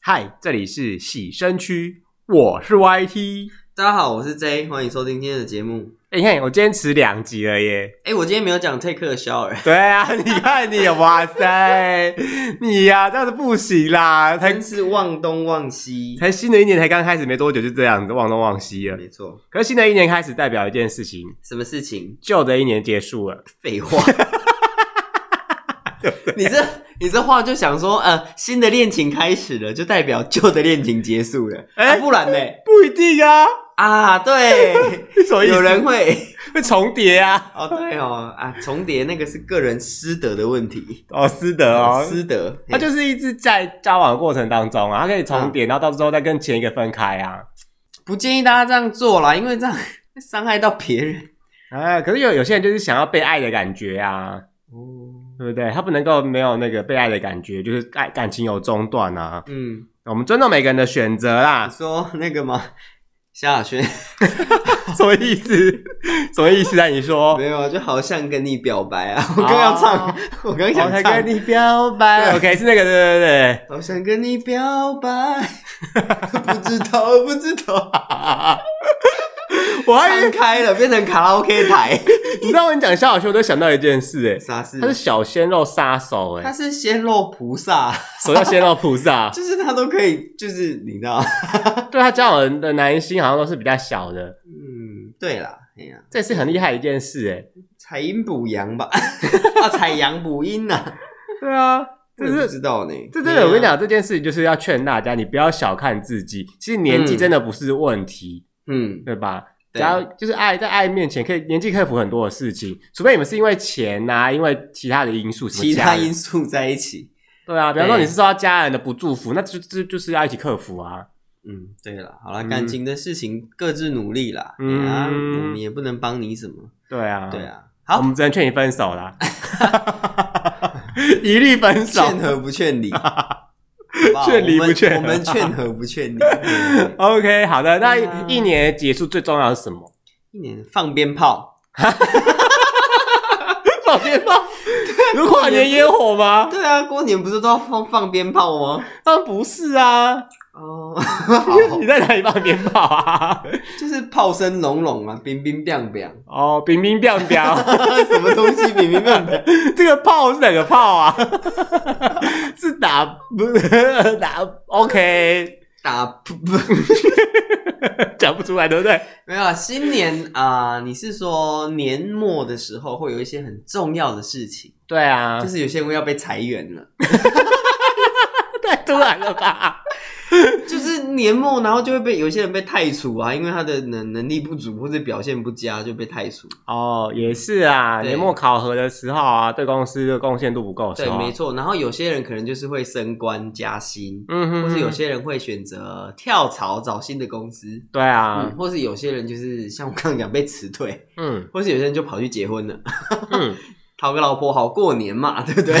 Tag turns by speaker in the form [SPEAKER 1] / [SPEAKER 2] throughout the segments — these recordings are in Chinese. [SPEAKER 1] 嗨，这里是洗身区，我是 YT。
[SPEAKER 2] 大家好，我是 J，欢迎收听今天的节目。
[SPEAKER 1] 哎、你看我今天迟两集了耶！
[SPEAKER 2] 哎、我今天没有讲 take a shower，
[SPEAKER 1] 对啊， 你看你，哇塞，你呀、这样子不行啦，才
[SPEAKER 2] 真是忘东忘西。
[SPEAKER 1] 才新的一年才刚开始没多久就这样子忘东忘西了。
[SPEAKER 2] 没错，
[SPEAKER 1] 可是新的一年开始代表一件事情，
[SPEAKER 2] 什么事情？
[SPEAKER 1] 旧的一年结束了。
[SPEAKER 2] 废话。你这你这话就想说，呃，新的恋情开始了，就代表旧的恋情结束了。哎、
[SPEAKER 1] 哎
[SPEAKER 2] 不然呢？
[SPEAKER 1] 不一定啊，
[SPEAKER 2] 啊，对，
[SPEAKER 1] 什么意思？
[SPEAKER 2] 有人会
[SPEAKER 1] 会重叠啊？
[SPEAKER 2] 哦，对哦，啊，重叠那个是个人师德的问题，
[SPEAKER 1] 哦，斯德哦，
[SPEAKER 2] 师德，
[SPEAKER 1] 他就是一直在交往的过程当中啊，他可以重叠，然后到最后再跟前一个分开啊。
[SPEAKER 2] 不建议大家这样做啦，因为这样 会伤害到别人。
[SPEAKER 1] 啊，可是有有些人就是想要被爱的感觉啊，
[SPEAKER 2] 哦，
[SPEAKER 1] 对不对？他不能够没有那个被爱的感觉，就是爱感情有中断啊。
[SPEAKER 2] 嗯。
[SPEAKER 1] 我们尊重每个人的选择啦
[SPEAKER 2] 你，说那个吗？ 萧亚轩
[SPEAKER 1] 什么意思？什么意思啊？你 说
[SPEAKER 2] 没有啊，就好像跟你表白啊！我刚要唱，
[SPEAKER 1] 哦
[SPEAKER 2] 我刚
[SPEAKER 1] 我
[SPEAKER 2] 想
[SPEAKER 1] 才
[SPEAKER 2] 唱，
[SPEAKER 1] 跟你表白
[SPEAKER 2] 对
[SPEAKER 1] ，OK，是那个，对对 对对。
[SPEAKER 2] 好想跟你表白， 不知道，不知道，
[SPEAKER 1] 我还以为
[SPEAKER 2] 唱开了变成卡拉 OK 台，
[SPEAKER 1] 你知道我你讲萧亚轩，我都想到一件事、哎，
[SPEAKER 2] 啥事
[SPEAKER 1] 他？是小鲜肉杀手、
[SPEAKER 2] 他
[SPEAKER 1] 哎，
[SPEAKER 2] 是鲜肉菩萨，
[SPEAKER 1] 什么叫鲜肉菩萨？
[SPEAKER 2] 就是他都可以，就是你知道，
[SPEAKER 1] 对他交往的男星好像都是比较小的，
[SPEAKER 2] 嗯，对啦，哎呀，
[SPEAKER 1] 这也是很厉害的一件事哎、
[SPEAKER 2] 采阴补阳吧， 啊，采阳补阴呐，
[SPEAKER 1] 对啊，
[SPEAKER 2] 我
[SPEAKER 1] 这
[SPEAKER 2] 也不
[SPEAKER 1] 是
[SPEAKER 2] 知道呢，
[SPEAKER 1] 这真的，我跟你
[SPEAKER 2] 对啊，
[SPEAKER 1] 讲，这件事情就是要劝大家，你不要小看自己，其实年纪
[SPEAKER 2] 嗯
[SPEAKER 1] 真的不是问题，
[SPEAKER 2] 嗯，
[SPEAKER 1] 对吧？只
[SPEAKER 2] 对
[SPEAKER 1] 要就是爱，在爱面前可以年纪克服很多的事情，除非你们是因为钱呐、因为其他的因素，什么
[SPEAKER 2] 其
[SPEAKER 1] 家
[SPEAKER 2] 他
[SPEAKER 1] 人
[SPEAKER 2] 因素在一起，
[SPEAKER 1] 对啊，比方说
[SPEAKER 2] 对
[SPEAKER 1] 你是受到家人的不祝福，那就就就是要一起克服啊。
[SPEAKER 2] 嗯，对了，好了，
[SPEAKER 1] 嗯
[SPEAKER 2] 感情的事情各自努力啦。
[SPEAKER 1] 嗯
[SPEAKER 2] 嗯，啊、我们也不能帮你什么。
[SPEAKER 1] 对啊，
[SPEAKER 2] 对，啊，
[SPEAKER 1] 我
[SPEAKER 2] 好，
[SPEAKER 1] 们只能劝你分手 啦，一律分手。
[SPEAKER 2] 劝和不劝 离，好不好
[SPEAKER 1] 劝离不劝和
[SPEAKER 2] 我们我们劝和 不劝离。对
[SPEAKER 1] OK，好的，那
[SPEAKER 2] 对啊
[SPEAKER 1] 一年结束最重要的是什么？
[SPEAKER 2] 一年放鞭炮，
[SPEAKER 1] 放鞭 炮，有跨年烟火吗？
[SPEAKER 2] 对啊，过年不是都要放放鞭炮吗？
[SPEAKER 1] 当然不是啊，
[SPEAKER 2] 哦， 好，
[SPEAKER 1] 你在哪里放鞭炮啊？
[SPEAKER 2] 就是炮声隆隆啊，冰冰冰冰，
[SPEAKER 1] 哦，冰冰 彪彪，
[SPEAKER 2] 什么东西冰冰冰冰？
[SPEAKER 1] 这个炮是哪个炮啊？ 是打不是 打 OK，
[SPEAKER 2] 打不 不，
[SPEAKER 1] 讲不出来对不对？
[SPEAKER 2] 没有啊，新年啊、你是说年末的时候会有一些很重要的事情，
[SPEAKER 1] 对啊，
[SPEAKER 2] 就是有些人会要被裁员了。
[SPEAKER 1] 太突然了吧？
[SPEAKER 2] 就是年末，然后就会被有些人被汰除啊，因为他的能能力不足或者表现不佳就被汰除。
[SPEAKER 1] 哦，也是啊，
[SPEAKER 2] 对
[SPEAKER 1] 年末考核的时候啊，对公司的贡献度不够的时
[SPEAKER 2] 对
[SPEAKER 1] 候，啊，
[SPEAKER 2] 没错。然后有些人可能就是会升官加薪，
[SPEAKER 1] 嗯哼，
[SPEAKER 2] 或是有些人会选择跳槽找新的公司，
[SPEAKER 1] 对啊
[SPEAKER 2] 嗯，，或是有些人就是像我刚刚讲被辞退，
[SPEAKER 1] 嗯
[SPEAKER 2] 或是有些人就跑去结婚了，
[SPEAKER 1] 嗯。
[SPEAKER 2] 讨个老婆好过年嘛， 对 不对？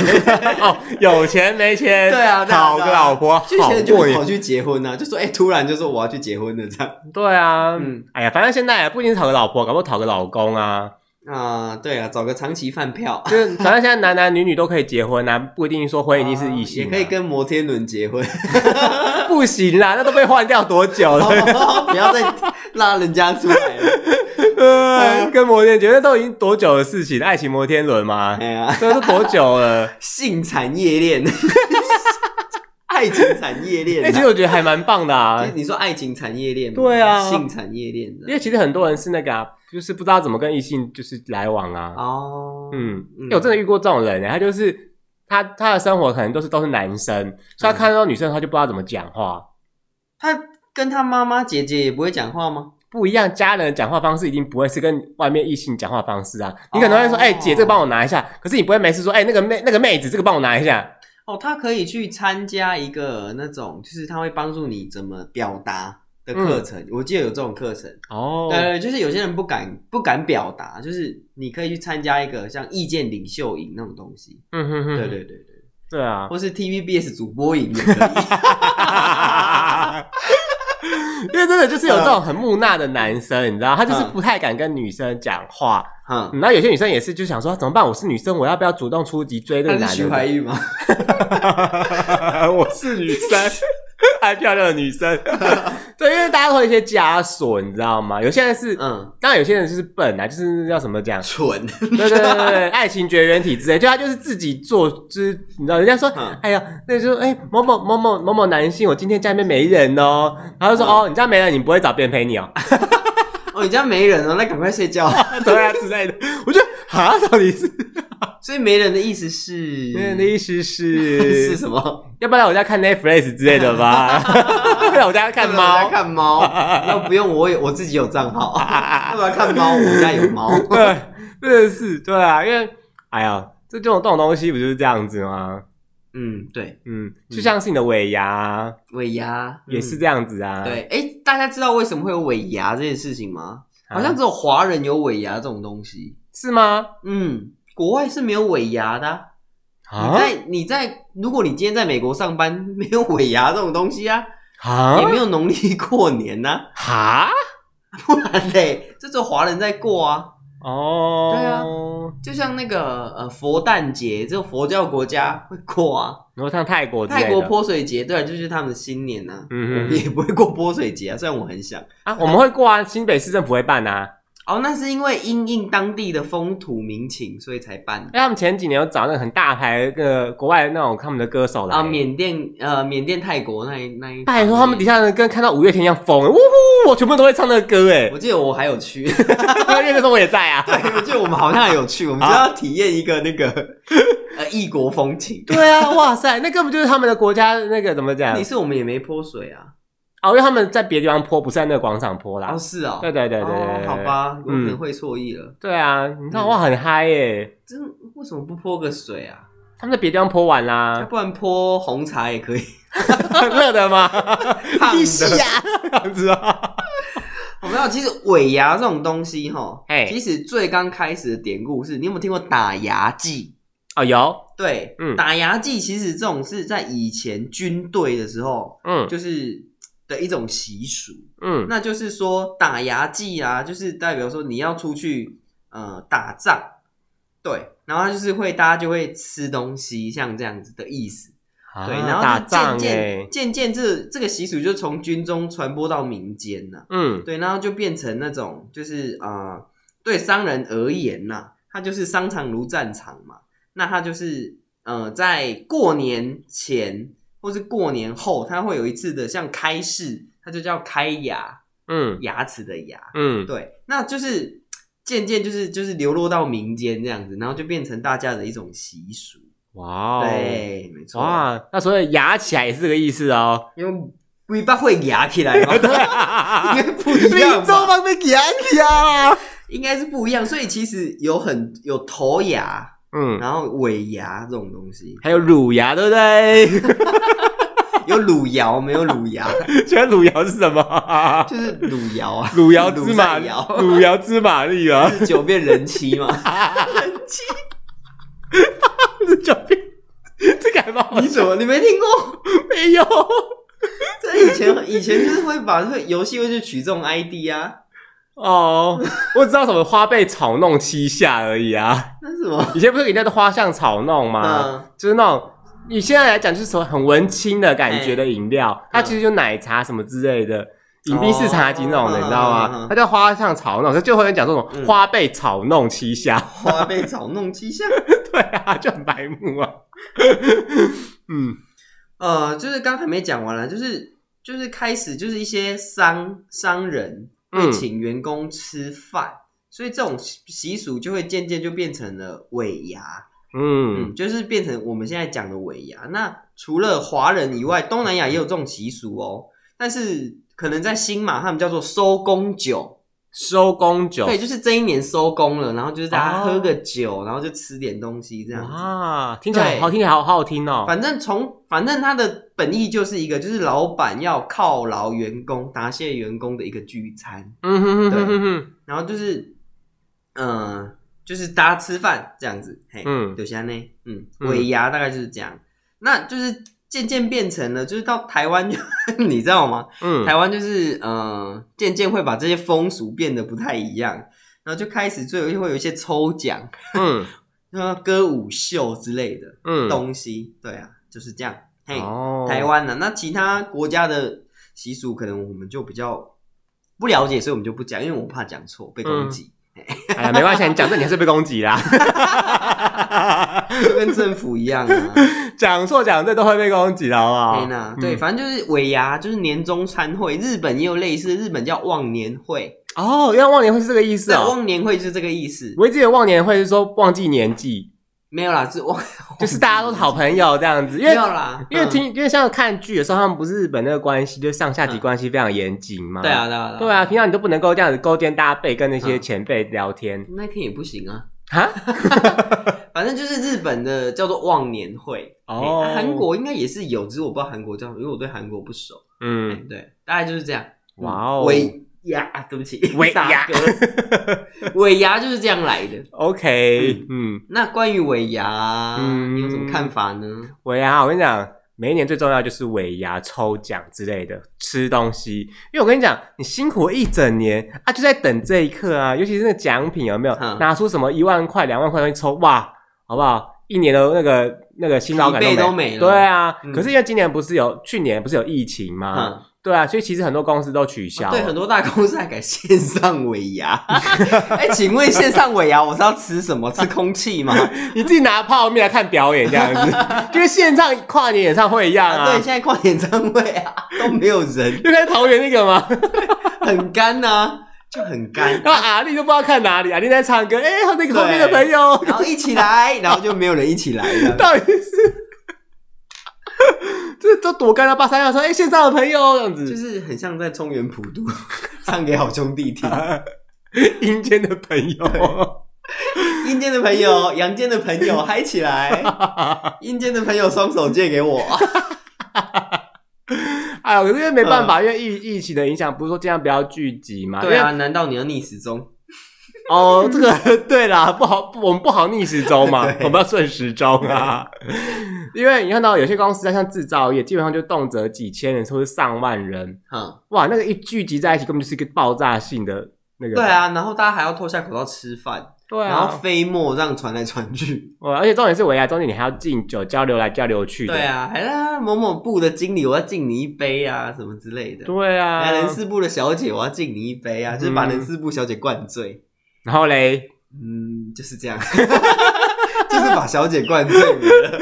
[SPEAKER 1] 哦，有钱没钱，
[SPEAKER 2] 对啊，对啊
[SPEAKER 1] 讨个老婆
[SPEAKER 2] 就有
[SPEAKER 1] 好
[SPEAKER 2] 些人就
[SPEAKER 1] 过
[SPEAKER 2] 会跑
[SPEAKER 1] 年，
[SPEAKER 2] 去结婚啊，就说哎、突然就说我要去结婚了这样。
[SPEAKER 1] 对啊，
[SPEAKER 2] 嗯
[SPEAKER 1] 哎呀，反正现在不仅是讨个老婆，搞不好讨个老公啊，
[SPEAKER 2] 啊、对啊，找个长期饭票。
[SPEAKER 1] 就是反正现在男男女女都可以结婚啊，不一定说婚一定是异性、
[SPEAKER 2] 哦
[SPEAKER 1] 啊，
[SPEAKER 2] 也可以跟摩天轮 结婚。
[SPEAKER 1] 不行啦，那都被换掉多久了？
[SPEAKER 2] 哦不要再拉人家出来了。 哦
[SPEAKER 1] 对，啊跟摩天轮那都已经多久的事情？爱情摩天轮吗？啊
[SPEAKER 2] 哎呀，
[SPEAKER 1] 这都多久了？
[SPEAKER 2] 性产 业链，爱情产业链
[SPEAKER 1] 哎，其
[SPEAKER 2] 啊。
[SPEAKER 1] 实我觉得还蛮棒的啊
[SPEAKER 2] 其实，你说爱情产业链吗？
[SPEAKER 1] 对啊
[SPEAKER 2] 性产业链
[SPEAKER 1] 因
[SPEAKER 2] 的。
[SPEAKER 1] 为其实很多人是那个、啊，就是不知道怎么跟异性就是来往啊，
[SPEAKER 2] 哦，
[SPEAKER 1] 嗯，因
[SPEAKER 2] 嗯
[SPEAKER 1] 为我真的遇过这种人、欸，他就是他他的生活可能都是都是男生，所
[SPEAKER 2] 嗯
[SPEAKER 1] 以他看到女生他就不知道怎么讲话，
[SPEAKER 2] 他跟他妈妈、姐姐也不会讲话吗？
[SPEAKER 1] 不一样，家人的讲话方式一定不会是跟外面异性讲话方式啊，你可能会说，哎、姐，这个帮我拿一下，可是你不会没事说，哎、那个妹那个妹子，这个帮我拿一下，
[SPEAKER 2] 哦，他可以去参加一个那种，就是他会帮助你怎么表达的课
[SPEAKER 1] 嗯
[SPEAKER 2] 程。我记得有这种课程。
[SPEAKER 1] 哦，
[SPEAKER 2] 对，呃就是有些人不敢不敢表达，就是你可以去参加一个像意见领袖营那种东西。
[SPEAKER 1] 嗯哼哼，
[SPEAKER 2] 对对对对。
[SPEAKER 1] 对啊，
[SPEAKER 2] 或是 TVBS 主播营也可以。
[SPEAKER 1] 因为真的就是有这种很木讷的男生，你知道，他就是不太敢跟女生讲话，
[SPEAKER 2] 哼，
[SPEAKER 1] 然后有些女生也是就想说怎么办，我是女生，我要不要主 动出击追这个
[SPEAKER 2] 他
[SPEAKER 1] 男
[SPEAKER 2] 是
[SPEAKER 1] 的？
[SPEAKER 2] 徐怀钰吗？
[SPEAKER 1] 我是女生， 爱漂亮的女生。 对，因为大家会有一些枷锁，你知道吗？有些人是，
[SPEAKER 2] 嗯，，
[SPEAKER 1] 当然有些人就是笨啊，就是要什么讲
[SPEAKER 2] 蠢，
[SPEAKER 1] 对对对对 对，爱情绝缘体之类，就他就是自己做，就是你知道，人家说
[SPEAKER 2] 嗯，
[SPEAKER 1] 哎呀，那就说，哎，某某某某某某男性，我今天家里面没人哦，然后就说，
[SPEAKER 2] 嗯
[SPEAKER 1] 哦，你家没人，你不会找别人陪你哦，
[SPEAKER 2] 哦，你家没人哦，那赶快睡 觉。
[SPEAKER 1] 对啊之类的。我觉得，啊，到底是
[SPEAKER 2] 嗯所以没人的意思是，
[SPEAKER 1] 那的意思
[SPEAKER 2] 是什么？
[SPEAKER 1] 要不然我家看 Netflix 之类的吧， 不然我家 看
[SPEAKER 2] 要
[SPEAKER 1] 猫
[SPEAKER 2] 不。然我在 看猫，那不用我有我自己有账号，要不然看猫，我家有猫。
[SPEAKER 1] 对，真的是对啊，因为哎呀，这这种这种东西不就是这样子吗？
[SPEAKER 2] 嗯，对，
[SPEAKER 1] 嗯，就像是你的尾牙、啊
[SPEAKER 2] 尾牙
[SPEAKER 1] 也是
[SPEAKER 2] 嗯
[SPEAKER 1] 这样子啊。
[SPEAKER 2] 对。哎，大家知道为什么会有尾牙这件事情吗？
[SPEAKER 1] 啊，
[SPEAKER 2] 好像只有华人有尾牙这种东西。
[SPEAKER 1] 是吗？
[SPEAKER 2] 嗯，国外是没有尾牙的啊、你
[SPEAKER 1] 啊
[SPEAKER 2] 在你在，如果你今天在美国上班， 没有尾牙这种东西啊，也
[SPEAKER 1] 啊
[SPEAKER 2] 没有农历过年呐、
[SPEAKER 1] 哈
[SPEAKER 2] 不然嘞，这只有华人在过啊。
[SPEAKER 1] 哦，
[SPEAKER 2] 对啊就像那个呃佛诞节，只有佛教国家会过啊。
[SPEAKER 1] 然后像泰国之类的
[SPEAKER 2] 泰国泼水节，对啊，就是他们的新年呐、啊。
[SPEAKER 1] 嗯
[SPEAKER 2] 嗯
[SPEAKER 1] 哼
[SPEAKER 2] 也不会过泼水节啊，虽然我很想。
[SPEAKER 1] 啊，我们会过啊，新北市政府会办啊。
[SPEAKER 2] 哦，那是因为因应当地的风土民情，所以才办的
[SPEAKER 1] 因为他们前几年有找那个很大牌的呃国外的那种他们的歌手来
[SPEAKER 2] 啊。缅甸呃，缅甸、泰国那一那一，
[SPEAKER 1] 拜托，他们底，下人跟看到五月天一样疯，呜呼！我全部都会唱那个歌哎，
[SPEAKER 2] 我记得我还 有去。
[SPEAKER 1] 因为那时候我也在啊。
[SPEAKER 2] 对，我记得我们好像有去，我们就要体验一个那个
[SPEAKER 1] 啊
[SPEAKER 2] 呃异国风情。
[SPEAKER 1] 对啊，哇塞，那根本就是他们的国家那个怎么讲？
[SPEAKER 2] 你是我们也没泼水啊？
[SPEAKER 1] 哦，因为他们在别的地方泼，不是在那个广场泼啦
[SPEAKER 2] 哦，。是哦，
[SPEAKER 1] 啊对对对对对
[SPEAKER 2] 哦
[SPEAKER 1] 对，
[SPEAKER 2] 好。吧，我可
[SPEAKER 1] 嗯
[SPEAKER 2] 能会错意了。
[SPEAKER 1] 对啊，你看
[SPEAKER 2] 嗯
[SPEAKER 1] 哇，很嗨耶！
[SPEAKER 2] 真为什么不泼个水啊？
[SPEAKER 1] 他们在别的地方泼完
[SPEAKER 2] 要
[SPEAKER 1] 啦，
[SPEAKER 2] 不然泼红茶也可以，
[SPEAKER 1] 热的吗？
[SPEAKER 2] 烫
[SPEAKER 1] 必须
[SPEAKER 2] 的。
[SPEAKER 1] 呀，这样子啊。
[SPEAKER 2] 我们要其实尾牙这种东西哈
[SPEAKER 1] 嘿，
[SPEAKER 2] 其实最刚开始的典故是你有没有听过打牙祭？
[SPEAKER 1] 哦，有，
[SPEAKER 2] 对，
[SPEAKER 1] 嗯
[SPEAKER 2] 打牙祭其实这种是在以前军队的时候
[SPEAKER 1] 嗯
[SPEAKER 2] 就是的一种习俗。
[SPEAKER 1] 嗯
[SPEAKER 2] 那就是说打牙祭啊，就是代表说你要出去呃打仗，对，然后就是会大家就会吃东西，像这样子的意思，
[SPEAKER 1] 啊
[SPEAKER 2] 对，然
[SPEAKER 1] 打
[SPEAKER 2] 后
[SPEAKER 1] 仗
[SPEAKER 2] 就渐
[SPEAKER 1] 哎
[SPEAKER 2] 渐，渐渐这这个习俗就从军中传播到民间呐、
[SPEAKER 1] 嗯
[SPEAKER 2] 对，然后就变成那种就是呃对商人而言呐、它就是商场如战场嘛，那它就是呃在过年前或是过年后，它会有一次的像开市，它就叫开牙。
[SPEAKER 1] 嗯
[SPEAKER 2] 牙齿的牙，
[SPEAKER 1] 嗯，
[SPEAKER 2] 对，那就是渐渐就是就是流落到民间这样子，然后就变成大家的一种习俗。
[SPEAKER 1] 哇哦，
[SPEAKER 2] 对，没错，
[SPEAKER 1] 哇，那所以牙起来也是这个意思哦。
[SPEAKER 2] 因为尾巴会牙起来 嘛，应该不一
[SPEAKER 1] 你
[SPEAKER 2] 样
[SPEAKER 1] 中
[SPEAKER 2] 吧？
[SPEAKER 1] 方被牙起啊！
[SPEAKER 2] 应该是不一样，所以其实有很有头牙，
[SPEAKER 1] 嗯，
[SPEAKER 2] 然后尾牙这种东西，
[SPEAKER 1] 还有乳牙，对不对？
[SPEAKER 2] 有乳窑没有乳牙，
[SPEAKER 1] 请问汝窑是什 么？
[SPEAKER 2] 就是乳窑 啊，
[SPEAKER 1] 汝窑芝麻，
[SPEAKER 2] 乳在窑
[SPEAKER 1] 汝窑芝麻粒啊！
[SPEAKER 2] 是九变人妻嘛？
[SPEAKER 1] 这照片，这个还蛮好
[SPEAKER 2] 你怎么你没听过？
[SPEAKER 1] 没有？
[SPEAKER 2] 这以前以前就是会把会游戏会去取这种 ID 啊，
[SPEAKER 1] 哦，我只知道什么花被草弄七下而已啊。
[SPEAKER 2] 那是什么？
[SPEAKER 1] 以前不是人家的花像草弄吗？
[SPEAKER 2] 嗯，
[SPEAKER 1] 就是那种。你现在来讲就是什么很文青的感觉的饮料，它
[SPEAKER 2] 嗯
[SPEAKER 1] 其实就奶茶什么之类的，饮冰式茶几那种的，
[SPEAKER 2] 哦
[SPEAKER 1] 你知道
[SPEAKER 2] 嗯嗯
[SPEAKER 1] 吗
[SPEAKER 2] 嗯？
[SPEAKER 1] 它叫花像草弄，它就会有人讲这种
[SPEAKER 2] 嗯
[SPEAKER 1] 花被草弄七下，
[SPEAKER 2] 花被草弄七下。
[SPEAKER 1] 对啊，就很白目啊。嗯，
[SPEAKER 2] 呃，就是刚还没讲完啦，就是就是开始就是一些商商人
[SPEAKER 1] 嗯
[SPEAKER 2] 会请员工吃饭，所以这种习习俗就会渐渐就变成了尾牙，
[SPEAKER 1] 嗯
[SPEAKER 2] 嗯，就是变成我们现在讲的尾牙。那除了华人以外，东南亚也有这种习俗哦，但是可能在新马他们叫做收工酒。
[SPEAKER 1] 收工酒，
[SPEAKER 2] 对，就是这一年收工了，然后就是大家
[SPEAKER 1] 哦
[SPEAKER 2] 喝个酒，然后就吃点东西这样子。
[SPEAKER 1] 哇，啊听起来
[SPEAKER 2] 对
[SPEAKER 1] 好听起来好好好听哦。
[SPEAKER 2] 反正从反正他的本意就是一个，就是老板要犒劳员工、答谢员工的一个聚餐，
[SPEAKER 1] 嗯哼哼哼哼哼，
[SPEAKER 2] 然后就是，嗯、就是大家吃饭这样子，嘿，
[SPEAKER 1] 嗯
[SPEAKER 2] 有些呢，嗯，
[SPEAKER 1] 嗯
[SPEAKER 2] 尾牙大概就是这样，那就是渐渐变成了，就是到台湾就 你知道吗？台
[SPEAKER 1] 嗯，
[SPEAKER 2] 湾就是呃，渐渐会把这些风俗变得不太一样，然后就开始最后会有一些抽奖，
[SPEAKER 1] 嗯
[SPEAKER 2] 那歌舞秀之类的
[SPEAKER 1] 嗯，
[SPEAKER 2] 东西，对啊，就是这样，嘿。嘿，
[SPEAKER 1] 哦，
[SPEAKER 2] 台湾啊呢、那其他国家的习俗可能我们就比较不了解，所以我们就不讲，因为我怕讲错被攻击，
[SPEAKER 1] 哎呀，没关系，你讲这你还是被攻击啦。 嗯
[SPEAKER 2] 就 跟政府一样啊。
[SPEAKER 1] 讲错讲对都会被攻击的，好不好？
[SPEAKER 2] 天呐，
[SPEAKER 1] 嗯
[SPEAKER 2] 对，反正就是尾牙，就是年终餐会，日本也有类似，日本叫忘年会，
[SPEAKER 1] 哦，原来忘年会是这个意思
[SPEAKER 2] 对，啊
[SPEAKER 1] 哦。
[SPEAKER 2] 忘年会就是这个意思。
[SPEAKER 1] 我一直以为忘年会是说忘记年 纪，
[SPEAKER 2] 没有啦，是忘，
[SPEAKER 1] 就是大家都是好朋友这样子，因
[SPEAKER 2] 没
[SPEAKER 1] 为
[SPEAKER 2] 有啦，
[SPEAKER 1] 因为
[SPEAKER 2] 嗯
[SPEAKER 1] 听因为像看剧的时候，他们不是日本那个关系，就是上下级关系非常严谨嘛。
[SPEAKER 2] 对啊，，对啊，
[SPEAKER 1] 对啊，，平常你都不能够这样子勾肩搭背跟那些
[SPEAKER 2] 嗯
[SPEAKER 1] 前辈聊天
[SPEAKER 2] 那天也不行啊。
[SPEAKER 1] 哈，
[SPEAKER 2] 反正就是日本的叫做忘年会，
[SPEAKER 1] 哦
[SPEAKER 2] 诶啊韩国应该也是有，只是我不知道韩国叫什么，因为我对韩国不熟。
[SPEAKER 1] 嗯，
[SPEAKER 2] 嗯，对，大概就是这样。嗯
[SPEAKER 1] 哇哦
[SPEAKER 2] 尾牙，对不起，
[SPEAKER 1] 尾
[SPEAKER 2] 打
[SPEAKER 1] 牙
[SPEAKER 2] 嗝了尾牙就是这样来的。
[SPEAKER 1] ，OK，嗯，
[SPEAKER 2] 那关于尾牙，
[SPEAKER 1] 嗯
[SPEAKER 2] 你有什么看法呢？
[SPEAKER 1] 尾牙，我跟你讲，每一年最重要就是尾牙抽奖之类的吃东西，因为我跟你讲，你辛苦了一整年啊，就在等这一刻啊，尤其是那个奖品有没有
[SPEAKER 2] 嗯
[SPEAKER 1] 拿出什么一万块、两万块去抽，哇，好不好？一年的那个那个辛劳感
[SPEAKER 2] 疲惫
[SPEAKER 1] 都
[SPEAKER 2] 都没了
[SPEAKER 1] 对啊，
[SPEAKER 2] 嗯
[SPEAKER 1] 可是因为今年不是有去年不是有疫情吗？
[SPEAKER 2] 嗯，
[SPEAKER 1] 对啊，所以其实很多公司都取消了、
[SPEAKER 2] 啊对，很多大公司还改线上尾 牙。哎、请问线上尾牙我是要吃什么？吃空气吗？
[SPEAKER 1] 你自己拿泡面来看表演这样子，就跟线上跨年演唱会一样啊。
[SPEAKER 2] 啊，对，现在跨演唱会啊都没有人，
[SPEAKER 1] 就看桃园那个嘛，
[SPEAKER 2] 很干呐、就很干。
[SPEAKER 1] 然后阿丽都不知道看哪里，阿丽在唱歌，哎、那个后面的
[SPEAKER 2] 对
[SPEAKER 1] 朋友
[SPEAKER 2] 然后一起来，然后就没有人一起来 了。
[SPEAKER 1] 到底是，这都躲干了八三幺说，哎、线上的朋友这样
[SPEAKER 2] 就
[SPEAKER 1] 子，
[SPEAKER 2] 是很像在中原普 渡唱给好兄弟 听，
[SPEAKER 1] 阴间的朋友，
[SPEAKER 2] 阴间的朋友、阳间的朋友嗨起 来，阴间的朋友双手借给我。
[SPEAKER 1] 哎呀，可是因为没办法，因为疫疫情的影响，不是说尽量不要聚集嘛，
[SPEAKER 2] 嗯对啊，难道你要逆时钟？
[SPEAKER 1] 哦，这个对啦，不好，我们不好逆时钟嘛，
[SPEAKER 2] 对
[SPEAKER 1] 我们要顺时钟啊。 因为你看到有些公司，像制造业，基本上就动辄几千人或是上万人，
[SPEAKER 2] 嗯，
[SPEAKER 1] 哇，那个一聚集在一起，根本就是一个爆炸性的那个。
[SPEAKER 2] 对，啊，然后大家还要脱下口罩吃饭，
[SPEAKER 1] 对
[SPEAKER 2] 然后
[SPEAKER 1] 啊。
[SPEAKER 2] 飞沫这样传来传 去。
[SPEAKER 1] 哇，而且重点是尾牙中间你还要敬酒交流来交流去的。
[SPEAKER 2] 对，啊，还啊某某部的经理，我要敬你一杯啊，什么之类的。哎
[SPEAKER 1] 对啊。
[SPEAKER 2] 来人事部的小姐，我要敬你一杯啊，就是把
[SPEAKER 1] 嗯
[SPEAKER 2] 人事部小姐灌醉。
[SPEAKER 1] 然后嘞，
[SPEAKER 2] 嗯，就是这样， 就是把小姐灌醉了。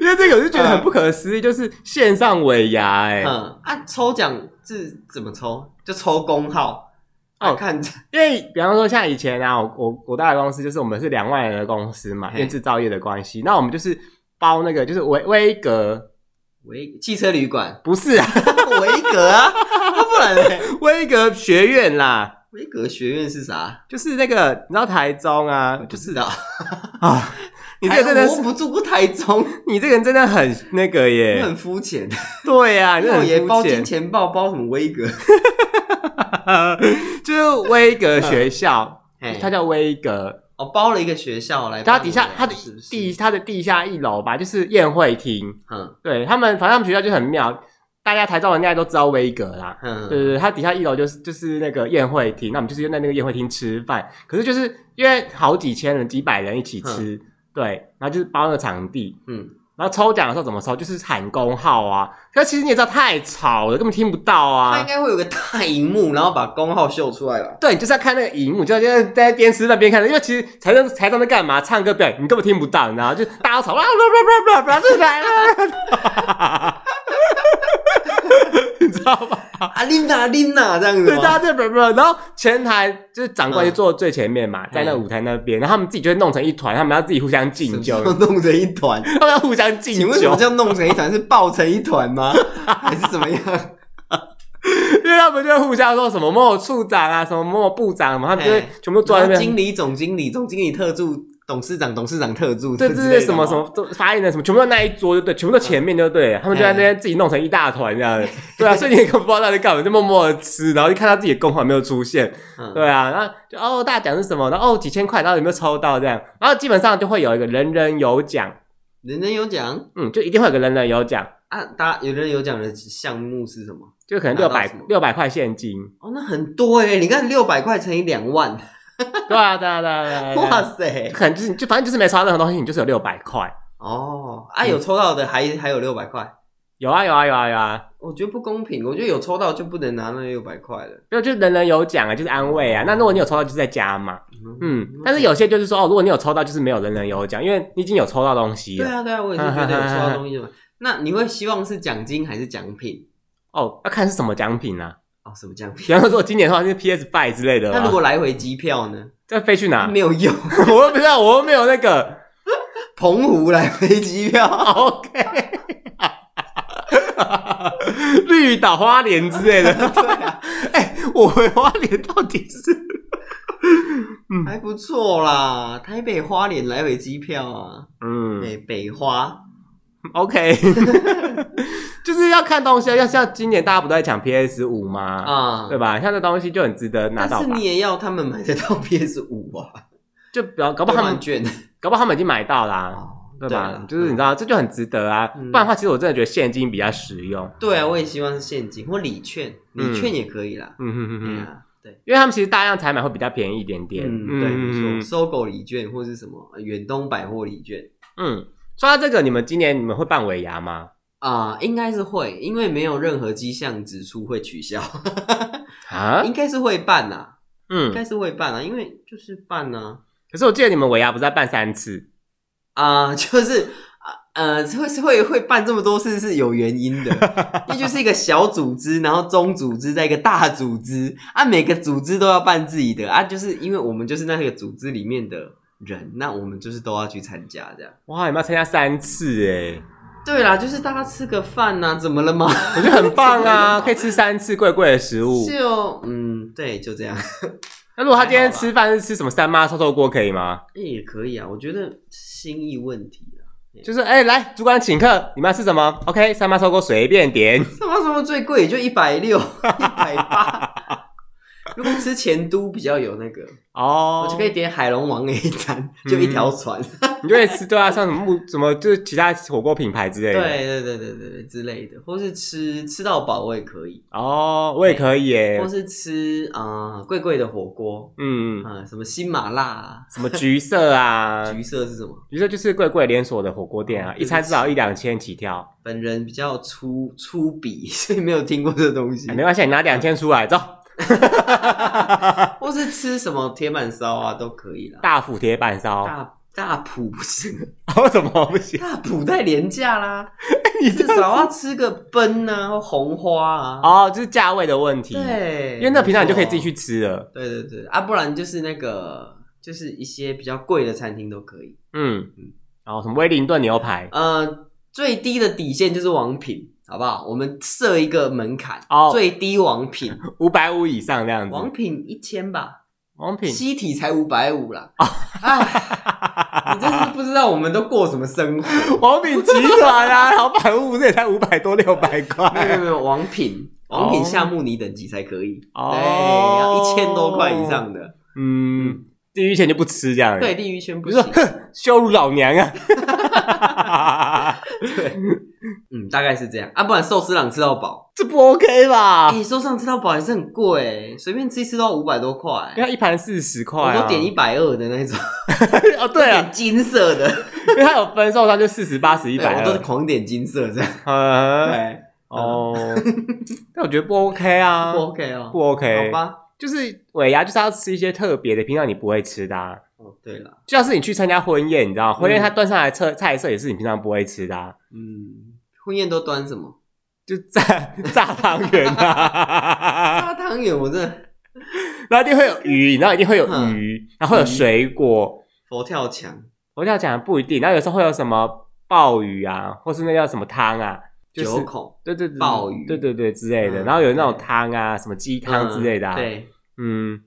[SPEAKER 1] 因为这个我就觉得很不可思议，就是线上尾牙、哎、
[SPEAKER 2] 嗯啊，抽奖是怎么抽？就抽工号。
[SPEAKER 1] 哦
[SPEAKER 2] 哦，看
[SPEAKER 1] 因为比方说像以前啊，我我我大的公司就是我们是两万人的公司嘛，因
[SPEAKER 2] 嘿
[SPEAKER 1] 为制造业的关系，那我们就是包那个就是维维格，
[SPEAKER 2] 维汽车旅馆
[SPEAKER 1] 不是啊，
[SPEAKER 2] 维格啊，啊不然嘞
[SPEAKER 1] 维格学院啦，
[SPEAKER 2] 维格学院是啥？
[SPEAKER 1] 就是那个你知道台中啊
[SPEAKER 2] 我不知道。
[SPEAKER 1] 啊，你这个真的
[SPEAKER 2] 哎我
[SPEAKER 1] 是
[SPEAKER 2] 不住过台中，
[SPEAKER 1] 你这个人真的很那个
[SPEAKER 2] 我
[SPEAKER 1] 耶，
[SPEAKER 2] 很肤浅。
[SPEAKER 1] 对呀、啊，你
[SPEAKER 2] 因为我
[SPEAKER 1] 真的
[SPEAKER 2] 爷
[SPEAKER 1] 很
[SPEAKER 2] 包
[SPEAKER 1] 肤
[SPEAKER 2] 金
[SPEAKER 1] 浅，
[SPEAKER 2] 钱豹，包什么威格？
[SPEAKER 1] 就是威格学校，
[SPEAKER 2] 嘿
[SPEAKER 1] 它叫威格，
[SPEAKER 2] 哦，包了一个学校来办
[SPEAKER 1] 它
[SPEAKER 2] 尾牙。
[SPEAKER 1] 底下它的
[SPEAKER 2] 是不是
[SPEAKER 1] 地它的地下一楼吧，就是宴会厅，
[SPEAKER 2] 嗯
[SPEAKER 1] 对他们，反正他们学校就很妙，大家台中人应该都知道威格啦。对
[SPEAKER 2] 嗯
[SPEAKER 1] 对对，它底下一楼就是就是那个宴会厅，那我们就是在那个宴会厅吃饭。可是就是因为好几千人、几百人一起吃，对，然后就是包那个场地，
[SPEAKER 2] 嗯，
[SPEAKER 1] 然后抽奖的时候怎么抽，就是喊工号啊。可其实你也知道太吵了，根本听不到
[SPEAKER 2] 他
[SPEAKER 1] 啊。
[SPEAKER 2] 应该会有个大荧幕，然后把工号秀出来吧？
[SPEAKER 1] 对，你就是要看那个荧幕，就要在在边吃饭边看，因为其实台上台上在干嘛，唱歌表演，你根本听不到，你知道吗，就大家吵啦啦啦啦啦啦啦啦啦，你知道吗？
[SPEAKER 2] 啊，琳娜琳娜这样子
[SPEAKER 1] 对，
[SPEAKER 2] 吗，
[SPEAKER 1] 大家在不不，然后前台就是长官就坐最前面嘛，在那舞台那边，然后他们自己就会弄成一团，他们要自己互相
[SPEAKER 2] 什
[SPEAKER 1] 敬
[SPEAKER 2] 么
[SPEAKER 1] 酒
[SPEAKER 2] 叫，弄成一团。
[SPEAKER 1] 他们要互相敬
[SPEAKER 2] 请问什
[SPEAKER 1] 酒
[SPEAKER 2] 么，叫弄成一团？是抱成一团 吗？还是怎么样？
[SPEAKER 1] 因为他们就会互相说什么某某处长啊，什么某某部长嘛，他们就会
[SPEAKER 2] 嘿
[SPEAKER 1] 全 部坐在那边，
[SPEAKER 2] 经理、总经理、总经理特助、董事长、董事长特助，
[SPEAKER 1] 对对
[SPEAKER 2] 这之类
[SPEAKER 1] 对，
[SPEAKER 2] 的
[SPEAKER 1] 什么
[SPEAKER 2] 吗
[SPEAKER 1] 什？么都发言人什么，全部都那一桌就对，全部都前面就对了，他们就在那边自己弄成一大团这 样，对啊，所以你也根本不知道他在干嘛，就默默的吃，然后就看到自己的功劳没有出现，
[SPEAKER 2] 嗯
[SPEAKER 1] 对啊，然后就哦，大奖是什么？然后哦，几千块，然后有没有抽到这样？然后基本上就会有一个人人有奖，
[SPEAKER 2] 人人有奖
[SPEAKER 1] 嗯，就一定会有个人人有奖，
[SPEAKER 2] 啊！大家有人有奖的项目是什么？
[SPEAKER 1] 就可能
[SPEAKER 2] 拿
[SPEAKER 1] 六
[SPEAKER 2] 到
[SPEAKER 1] 百
[SPEAKER 2] 什么
[SPEAKER 1] 六百块现金。
[SPEAKER 2] 哦，那很多哎！你看六百块乘以两万，
[SPEAKER 1] 对啊，对啊，对啊，对啊对
[SPEAKER 2] 哇
[SPEAKER 1] 啊。
[SPEAKER 2] 塞！
[SPEAKER 1] 可能就是就反正就是没抽到任何东西，你就是有六百块。
[SPEAKER 2] 哦，啊，有抽到的还还有六百块，
[SPEAKER 1] 有啊有啊有啊有啊，
[SPEAKER 2] 我觉得不公平，我觉得有抽到就不能拿那六百块了。
[SPEAKER 1] 没有就是人人有奖啊，就是安慰啊。那如果你有抽到，就是在加嘛。嗯，但是有些就是说哦，如果你有抽到，就是没有人人有奖，因为你已经有抽到东西
[SPEAKER 2] 对
[SPEAKER 1] 了。
[SPEAKER 2] 啊对啊，我也是觉得有抽到东西嘛。那你会希望是奖金还是奖品？
[SPEAKER 1] 哦，要看是什么奖品啊。
[SPEAKER 2] 哦，什么奖品？
[SPEAKER 1] 比方说，我今年的话就是 PS Five 之类的啊。啊
[SPEAKER 2] 那如果来回机票呢？
[SPEAKER 1] 再飞去哪？
[SPEAKER 2] 没有用，
[SPEAKER 1] 我又不知道，我又没有那个。
[SPEAKER 2] 澎湖来回机票。
[SPEAKER 1] OK，绿岛、花莲之 类的。
[SPEAKER 2] 啊
[SPEAKER 1] 哎、我回花莲到底是
[SPEAKER 2] 还不错啦，台北花莲来回机票啊，
[SPEAKER 1] 嗯
[SPEAKER 2] 北北花，
[SPEAKER 1] ，OK，就是要看东西啊，要像今年大家不都在抢 PS 五吗？
[SPEAKER 2] 啊，
[SPEAKER 1] 对吧？像这东西就很值得拿
[SPEAKER 2] 但
[SPEAKER 1] 到
[SPEAKER 2] 是
[SPEAKER 1] 吧
[SPEAKER 2] 你？也要他们买得到 PS 五啊，
[SPEAKER 1] 就比方搞哦不好他们
[SPEAKER 2] 兑换，券
[SPEAKER 1] 搞不好他们已经买到啦、
[SPEAKER 2] 哦
[SPEAKER 1] 对
[SPEAKER 2] 对
[SPEAKER 1] 吧
[SPEAKER 2] 啦？
[SPEAKER 1] 就是你知道，这就很值得啊。
[SPEAKER 2] 嗯
[SPEAKER 1] 不然的话，其实我真的觉得现金比较实用。
[SPEAKER 2] 对啊，我也希望是现金或礼券，
[SPEAKER 1] 嗯
[SPEAKER 2] 礼券也可以啦。
[SPEAKER 1] 嗯哼哼
[SPEAKER 2] 嗯
[SPEAKER 1] 哼，
[SPEAKER 2] 啊，对，
[SPEAKER 1] 因为他们其实大量采买会比较便宜一点点。
[SPEAKER 2] 嗯，对，没
[SPEAKER 1] 嗯
[SPEAKER 2] 错，搜狗礼券或是什么呃远东百货礼券
[SPEAKER 1] 嗯，说到这个，你们今年你们会办尾牙吗？
[SPEAKER 2] 啊，应该是会，因为没有任何迹象指出会取消，
[SPEAKER 1] 啊，
[SPEAKER 2] 应该是会办呐，应
[SPEAKER 1] 嗯，
[SPEAKER 2] 该是会办啊，因为就是办呐。
[SPEAKER 1] 可是我记得你们尾牙不是要办三次，
[SPEAKER 2] 啊、 就是啊呃，会会会办这么多事是有原因的，那就是一个小组织，然后中组织，再一个大组织啊，每个组织都要办自己的啊，就是因为我们就是那个组织里面的人，那我们就是都要去参加这样。
[SPEAKER 1] 哇，你们要参加三次哎，
[SPEAKER 2] 对啦，就是大家吃个饭呐、怎么了吗？
[SPEAKER 1] 我觉得很棒啊，
[SPEAKER 2] 真的吗
[SPEAKER 1] 可以吃三次贵贵的食物。
[SPEAKER 2] 就哦嗯，对，就这样
[SPEAKER 1] 那如果他今天
[SPEAKER 2] 还好吧
[SPEAKER 1] 吃饭是吃什么三妈臭臭锅可以吗？
[SPEAKER 2] 也可以啊，我觉得心意问题啊，
[SPEAKER 1] 就是哎、来，主管请客，你们要吃什么？OK，三妈臭锅随便点。
[SPEAKER 2] 什么什么最贵也就一百六、一百八，如果吃前都比较有那个。
[SPEAKER 1] 哦，
[SPEAKER 2] 我就可以点海龙王 A 餐，就一条船。
[SPEAKER 1] 你就可以吃对啊，像什么木什么就是其他火锅品牌之类的。，
[SPEAKER 2] 对对对对对对之类的，或是吃吃到饱我也可以，
[SPEAKER 1] 哦，我也可以耶
[SPEAKER 2] 或。是吃啊、呃贵贵的火锅
[SPEAKER 1] 嗯，
[SPEAKER 2] 啊、什么新马辣、啊，
[SPEAKER 1] 什么橘色啊，
[SPEAKER 2] 橘色是什么？
[SPEAKER 1] 橘色就是贵贵连锁的火锅店啊，
[SPEAKER 2] 哦
[SPEAKER 1] 一餐至少一两千起跳。
[SPEAKER 2] 本人比较粗粗鄙，所以没有听过这东西
[SPEAKER 1] 哎。没关系，你拿两千出来，走，
[SPEAKER 2] 或是吃什么铁板烧啊，都可以啦。
[SPEAKER 1] 大府铁板烧。
[SPEAKER 2] 大大埔不行，
[SPEAKER 1] 哦，怎么不行？
[SPEAKER 2] 大埔太廉价啦，
[SPEAKER 1] 你
[SPEAKER 2] 至
[SPEAKER 1] 这
[SPEAKER 2] 少要吃个奔啊，或红花啊。
[SPEAKER 1] 哦，就是价位的问题。，
[SPEAKER 2] 对，
[SPEAKER 1] 因为那平常你就可以自己
[SPEAKER 2] 没错
[SPEAKER 1] 去吃了。
[SPEAKER 2] 对对对，啊，不然就是那个，就是一些比较贵的餐厅都可以。
[SPEAKER 1] 嗯，然后什么威灵顿牛排。
[SPEAKER 2] 呃，最低的底线就是王品，好不好？我们设一个门槛，
[SPEAKER 1] 哦
[SPEAKER 2] 最低 王品，
[SPEAKER 1] 五百五以上这样子。
[SPEAKER 2] 王品一千吧，
[SPEAKER 1] 王品，
[SPEAKER 2] 西体才五百五啦。哎，你真是不知道我们都过什么生活。
[SPEAKER 1] 王品集团啊，老板屋这也才五百多六百
[SPEAKER 2] 没有没有
[SPEAKER 1] 块。
[SPEAKER 2] 没有，王品。王品
[SPEAKER 1] 哦
[SPEAKER 2] 夏目尼等级才可以，
[SPEAKER 1] 哦
[SPEAKER 2] 对，要一千多块以上的，
[SPEAKER 1] 嗯，地狱钱就不吃这样。
[SPEAKER 2] 对，，地狱圈不
[SPEAKER 1] 不是
[SPEAKER 2] 行
[SPEAKER 1] 说，哼羞辱老娘啊，
[SPEAKER 2] 对，嗯，大概是这样啊，不然寿司郎吃到饱，
[SPEAKER 1] 这不 OK 吧
[SPEAKER 2] 哎、？欸，寿司郎吃到饱也是很贵、欸，随便吃一次都要五百多块、
[SPEAKER 1] 因为它一盘四十块
[SPEAKER 2] 我
[SPEAKER 1] 啊，
[SPEAKER 2] 都点一百二的那种，
[SPEAKER 1] 哦， 对啊
[SPEAKER 2] 点，金色的，
[SPEAKER 1] 因为它有分售，它就四十八十一
[SPEAKER 2] 对
[SPEAKER 1] 百
[SPEAKER 2] 我都是狂点金色这样。
[SPEAKER 1] 嗯，
[SPEAKER 2] 对，
[SPEAKER 1] 哦，但我觉得不 OK 啊
[SPEAKER 2] 不，OK 哦，
[SPEAKER 1] 不 OK，
[SPEAKER 2] 好吧。
[SPEAKER 1] 就是尾牙就是要吃一些特别的，平常你不会吃的啊。
[SPEAKER 2] 哦，对了，
[SPEAKER 1] 就像是你去参加婚宴，你知道吗，
[SPEAKER 2] 嗯
[SPEAKER 1] 婚宴它端上来菜菜色也是你平常不会吃的、啊，
[SPEAKER 2] 嗯，婚宴都端什么？
[SPEAKER 1] 就炸 炸汤圆啊，
[SPEAKER 2] 炸汤圆，我真的
[SPEAKER 1] 然后一定会有鱼，然后一定会有鱼，然后会有水果。
[SPEAKER 2] 佛跳墙、
[SPEAKER 1] 我要讲的不一定，然后有时候会有什么鲍鱼啊，或是那叫什么汤啊，就是
[SPEAKER 2] 九孔
[SPEAKER 1] 对对对
[SPEAKER 2] 鲍鱼
[SPEAKER 1] 对对对之类的，
[SPEAKER 2] 嗯
[SPEAKER 1] 然后有那种汤啊，什么鸡汤之类的、啊，
[SPEAKER 2] 嗯，对，
[SPEAKER 1] 嗯，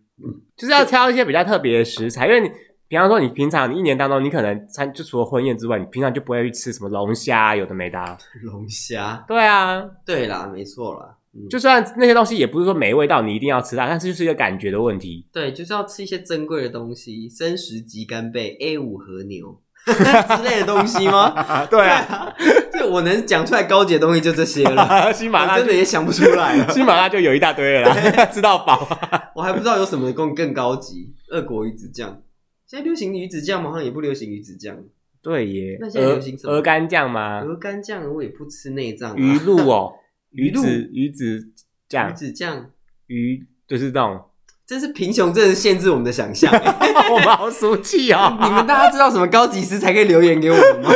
[SPEAKER 1] 就是要挑一些比较特别的食材，因为你。比方说，你平常你一年当中，你可能参就除了婚宴之外，你平常就不会去吃什么龙虾啊，有的没的、啊。
[SPEAKER 2] 龙虾。
[SPEAKER 1] 对啊，
[SPEAKER 2] 对啦，没错啦，嗯，
[SPEAKER 1] 就虽然那些东西也不是说每味道你一定要吃到，但是就是一个感觉的问 题。
[SPEAKER 2] 对，就是要吃一些珍贵的东西，生食鸡干贝、A 五和牛 之类的东西吗？
[SPEAKER 1] 啊 对啊，
[SPEAKER 2] 啊，就我能讲出来高级的东西就这些了，
[SPEAKER 1] 新 啊马
[SPEAKER 2] 我
[SPEAKER 1] 拉
[SPEAKER 2] 真的也想不出来了。
[SPEAKER 1] 新马 拉就有一大堆了啦， 吃到饱。啊
[SPEAKER 2] 我还不知道有什么更更高级，俄国鱼子酱。现在流行鱼子酱吗？好像也不流行鱼子酱，
[SPEAKER 1] 对耶，
[SPEAKER 2] 那现在流行什
[SPEAKER 1] 鹅
[SPEAKER 2] 么
[SPEAKER 1] 鹅肝酱吗？
[SPEAKER 2] 鹅肝酱我也不吃内脏啊，
[SPEAKER 1] 鱼露 哦，
[SPEAKER 2] 鱼露
[SPEAKER 1] 子鱼子
[SPEAKER 2] 鱼
[SPEAKER 1] 酱，
[SPEAKER 2] 子酱，
[SPEAKER 1] 鱼就是这 种，
[SPEAKER 2] 真是贫穷，真的限制我们的想象。欸
[SPEAKER 1] 我们好俗气哦。
[SPEAKER 2] 你们大家知道什么高级食材可以留言给我们吗？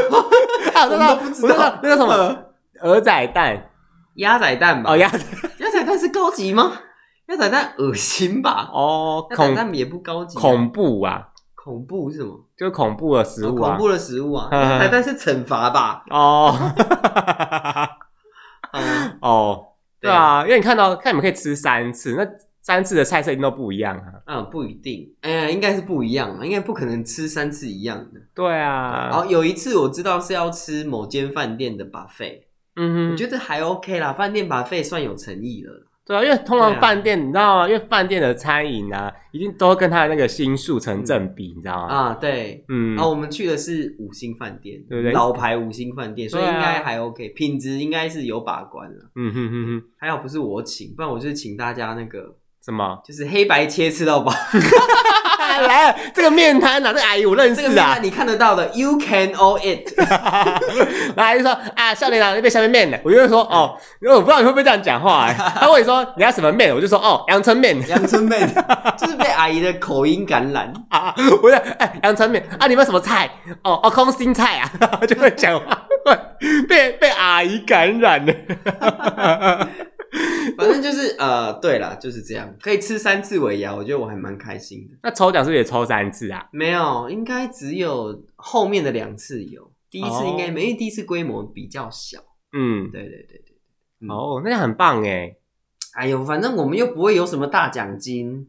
[SPEAKER 1] 啊，我知道，我
[SPEAKER 2] 我们都不知
[SPEAKER 1] 知
[SPEAKER 2] 道
[SPEAKER 1] 道那个什么
[SPEAKER 2] 呃
[SPEAKER 1] 鹅仔蛋
[SPEAKER 2] 鸭仔蛋吧？
[SPEAKER 1] 哦，鸭
[SPEAKER 2] 鸭仔蛋是高级吗？鸭仔蛋恶心吧？
[SPEAKER 1] 哦，
[SPEAKER 2] 鸭仔
[SPEAKER 1] 恐
[SPEAKER 2] 蛋也不高级啊。
[SPEAKER 1] 恐怖啊，
[SPEAKER 2] 恐怖是什么？
[SPEAKER 1] 就是恐怖的食
[SPEAKER 2] 哦
[SPEAKER 1] 物
[SPEAKER 2] 恐
[SPEAKER 1] 啊。
[SPEAKER 2] 怖的食 物啊！
[SPEAKER 1] 嗯
[SPEAKER 2] 鸭仔蛋是惩罚吧？
[SPEAKER 1] 哦，
[SPEAKER 2] 嗯，
[SPEAKER 1] 哦， 对
[SPEAKER 2] 对
[SPEAKER 1] 啊，因为你看到看你们可以吃三次，那三次的菜色一定都不一样啊。
[SPEAKER 2] 嗯，不一定，哎，应该是不一样啊，应该不可能吃三次一样的。
[SPEAKER 1] 对啊，
[SPEAKER 2] 哦，有一次我知道是要吃某间饭店的 buffet，
[SPEAKER 1] 嗯
[SPEAKER 2] 我
[SPEAKER 1] 哼，
[SPEAKER 2] 觉得还 OK 啦，饭店 buffet 算有诚意了啦。
[SPEAKER 1] 对啊，因为通
[SPEAKER 2] 对
[SPEAKER 1] 常
[SPEAKER 2] 啊
[SPEAKER 1] 饭店你知道吗？因为饭店的餐饮啊，一定都跟它的那个星数成正比，你知道吗？
[SPEAKER 2] 啊，对，
[SPEAKER 1] 嗯
[SPEAKER 2] 然，后我们去的是五星饭店，
[SPEAKER 1] 对不对
[SPEAKER 2] 老牌五星饭店，所以
[SPEAKER 1] 对
[SPEAKER 2] 应
[SPEAKER 1] 啊
[SPEAKER 2] 该还 OK，品质应该是有把关了。
[SPEAKER 1] 嗯哼哼哼，
[SPEAKER 2] 还好不是我请，不然我就是请大家那个
[SPEAKER 1] 什 么？
[SPEAKER 2] 就是黑白切吃 到饱。
[SPEAKER 1] 来了，这个面摊啊，这个阿姨我认
[SPEAKER 2] 这个
[SPEAKER 1] 识
[SPEAKER 2] 面
[SPEAKER 1] 啊
[SPEAKER 2] 啊，。你看得到的，You can all it。
[SPEAKER 1] 然后他就说啊，少年郎那边下面面的，我就会
[SPEAKER 2] 嗯
[SPEAKER 1] 说哦，因为我不知道你会不会这样讲 话、欸。他问你说你要什么面，我就说哦，阳春面
[SPEAKER 2] 阳春面 就是被阿姨的口音感染，
[SPEAKER 1] 啊，我就哎阳春面啊，你们有什么菜？哦哦，空心菜啊， 就会讲话，被被阿姨感染了。
[SPEAKER 2] 反正就是呃，对啦，就是这样，可以吃三次尾牙，我觉得我还蛮开心的。
[SPEAKER 1] 那抽奖是不是也抽三次啊？
[SPEAKER 2] 没有，应该只有后面的两次有，第一次应该没，因为第一次规模比较小。
[SPEAKER 1] 嗯，
[SPEAKER 2] 对对对对，嗯
[SPEAKER 1] 哦，那很棒哎。
[SPEAKER 2] 哎呦，反正我们又不会有什么大奖金。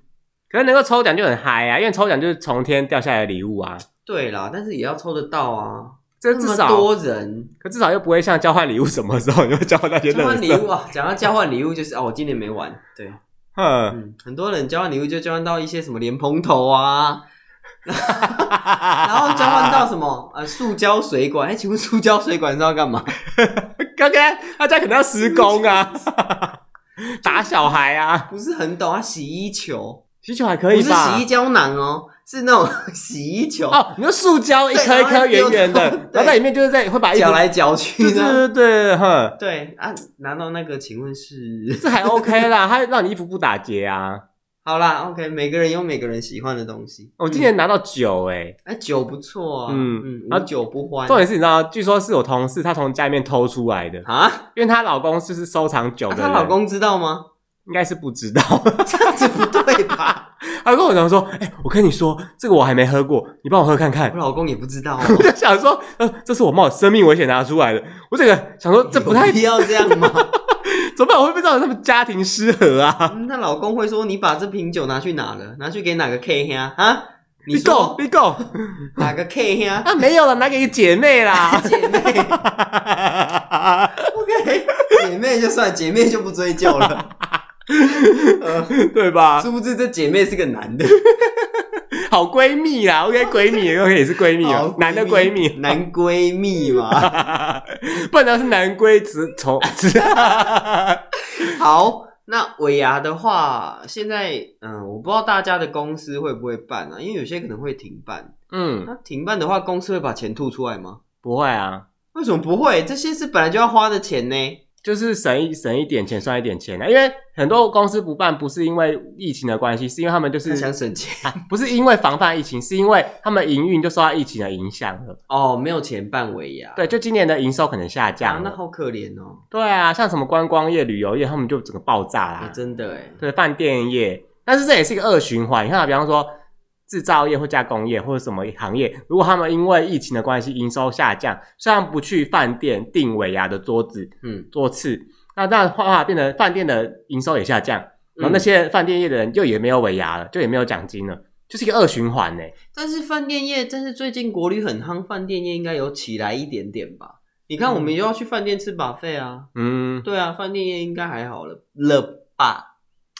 [SPEAKER 1] 可是能够抽奖就很嗨啊，因为抽奖就是从天掉下来的礼物啊。
[SPEAKER 2] 对啦，但是也要抽得到啊，
[SPEAKER 1] 这
[SPEAKER 2] 那
[SPEAKER 1] 至
[SPEAKER 2] 么
[SPEAKER 1] 少，
[SPEAKER 2] 多人
[SPEAKER 1] 可至少又不会像交换礼物什么时候你会交换那些
[SPEAKER 2] 交
[SPEAKER 1] 垃
[SPEAKER 2] 换礼物
[SPEAKER 1] 圾。
[SPEAKER 2] 啊，讲到交换礼物就是哦，我今年没玩，对，
[SPEAKER 1] 哼。
[SPEAKER 2] 嗯，很多人交换礼物就交换到一些什么莲蓬头啊， 然后交换到什么呃塑胶水管，哎、请问 塑胶水管是要干嘛？
[SPEAKER 1] 刚刚他家可能要施工啊， 打小孩啊，
[SPEAKER 2] 不是很懂啊，洗衣球
[SPEAKER 1] 洗球还
[SPEAKER 2] 不
[SPEAKER 1] 可
[SPEAKER 2] 是
[SPEAKER 1] 以吧？
[SPEAKER 2] 洗衣胶囊哦，是那种 洗衣球，
[SPEAKER 1] 哦，你说塑胶一颗一颗圆圆的，
[SPEAKER 2] 对然后丢到
[SPEAKER 1] 然后在里面就是在会把衣服
[SPEAKER 2] 搅、，来搅去
[SPEAKER 1] 对对
[SPEAKER 2] 的。
[SPEAKER 1] 对对，哼，
[SPEAKER 2] 对啊，拿到那个，请问是
[SPEAKER 1] 这还 OK 啦，它让你衣服不打结啊。
[SPEAKER 2] 好啦，OK，每个人有每个人喜欢的东西。嗯
[SPEAKER 1] 我今年拿到九哎、欸，
[SPEAKER 2] 哎、酒不错啊，
[SPEAKER 1] 嗯
[SPEAKER 2] 嗯，
[SPEAKER 1] 啊
[SPEAKER 2] 无酒不欢
[SPEAKER 1] 重点是你知道，据说是我同事她从家里面偷出来的，
[SPEAKER 2] 啊。
[SPEAKER 1] 因为她老公就是收藏酒
[SPEAKER 2] 啊
[SPEAKER 1] 的
[SPEAKER 2] 她
[SPEAKER 1] 人，
[SPEAKER 2] 老公知道吗？
[SPEAKER 1] 应该是不知道，
[SPEAKER 2] 这样子不对吧？
[SPEAKER 1] 她跟我讲说，哎、我跟你说，这个我还没喝过，你帮我喝看看
[SPEAKER 2] 我。老公也不知道哦、
[SPEAKER 1] 我就想说，呃，这是我冒生命危险拿出来的，我这个想说 这不太
[SPEAKER 2] 有必要这样吗？
[SPEAKER 1] 怎么办？我会不会造成他们家庭失和啊？
[SPEAKER 2] 嗯她老公会说：“你把这瓶酒拿去哪了？拿去给哪个 K 呀？啊？你
[SPEAKER 1] 你够，
[SPEAKER 2] 说
[SPEAKER 1] 你够，
[SPEAKER 2] 哪个 K 呀？。
[SPEAKER 1] 啊，没有了，拿给姐妹啦
[SPEAKER 2] 姐妹，OK，姐 妹就算，姐妹就不追究 了。呃，
[SPEAKER 1] 对吧？
[SPEAKER 2] 殊不知这姐妹是个男的，
[SPEAKER 1] 好闺蜜啦，OK，闺 蜜，OK 也是闺蜜
[SPEAKER 2] 好
[SPEAKER 1] 哦，男的闺蜜，
[SPEAKER 2] 男闺蜜嘛。
[SPEAKER 1] 不然是男闺直从 直，
[SPEAKER 2] 好，那尾牙的话，现在嗯，我不知道大家的公司会不会办啊，因为有些可能会停办。
[SPEAKER 1] 嗯，
[SPEAKER 2] 那停办的话，公司会把钱吐出来吗？
[SPEAKER 1] 不会啊，
[SPEAKER 2] 为什么不会？这些是本来就要花的钱呢。
[SPEAKER 1] 就是省一省一点钱，算一点钱啊。因为很多公司不办，不是因为疫情的关系，是因为他们就
[SPEAKER 2] 他想
[SPEAKER 1] 是啊
[SPEAKER 2] 省钱
[SPEAKER 1] 不是因为防范疫情，是因为他们营运就受到疫情的影响了。
[SPEAKER 2] 哦，没有钱办尾牙，
[SPEAKER 1] 对，就今年的营收可能下
[SPEAKER 2] 啊
[SPEAKER 1] 降，
[SPEAKER 2] 那
[SPEAKER 1] 了。
[SPEAKER 2] 好可怜哦。
[SPEAKER 1] 对啊，像什么观光业、旅游业，他们就整个爆炸啦。
[SPEAKER 2] 啊，真的哎，
[SPEAKER 1] 对饭店业，但是这也是一个恶循环。你看啊，比方说制造业或加工业或者什么行业，如果他们因为疫情的关系营收下降，虽然不去饭店订尾牙的桌子
[SPEAKER 2] 嗯，
[SPEAKER 1] 桌次，那这样的话变成饭店的营收也下降，然
[SPEAKER 2] 嗯
[SPEAKER 1] 后那些饭店业的人就也没有尾牙了，就也没有奖金了，就是一个恶循环呢、
[SPEAKER 2] 但是饭店业，但是最近国旅很夯，饭店业应该有起来一点点吧？你看，我们又要去饭店吃 buffet 啊，
[SPEAKER 1] 嗯，
[SPEAKER 2] 对啊，饭店业应该还好了了吧？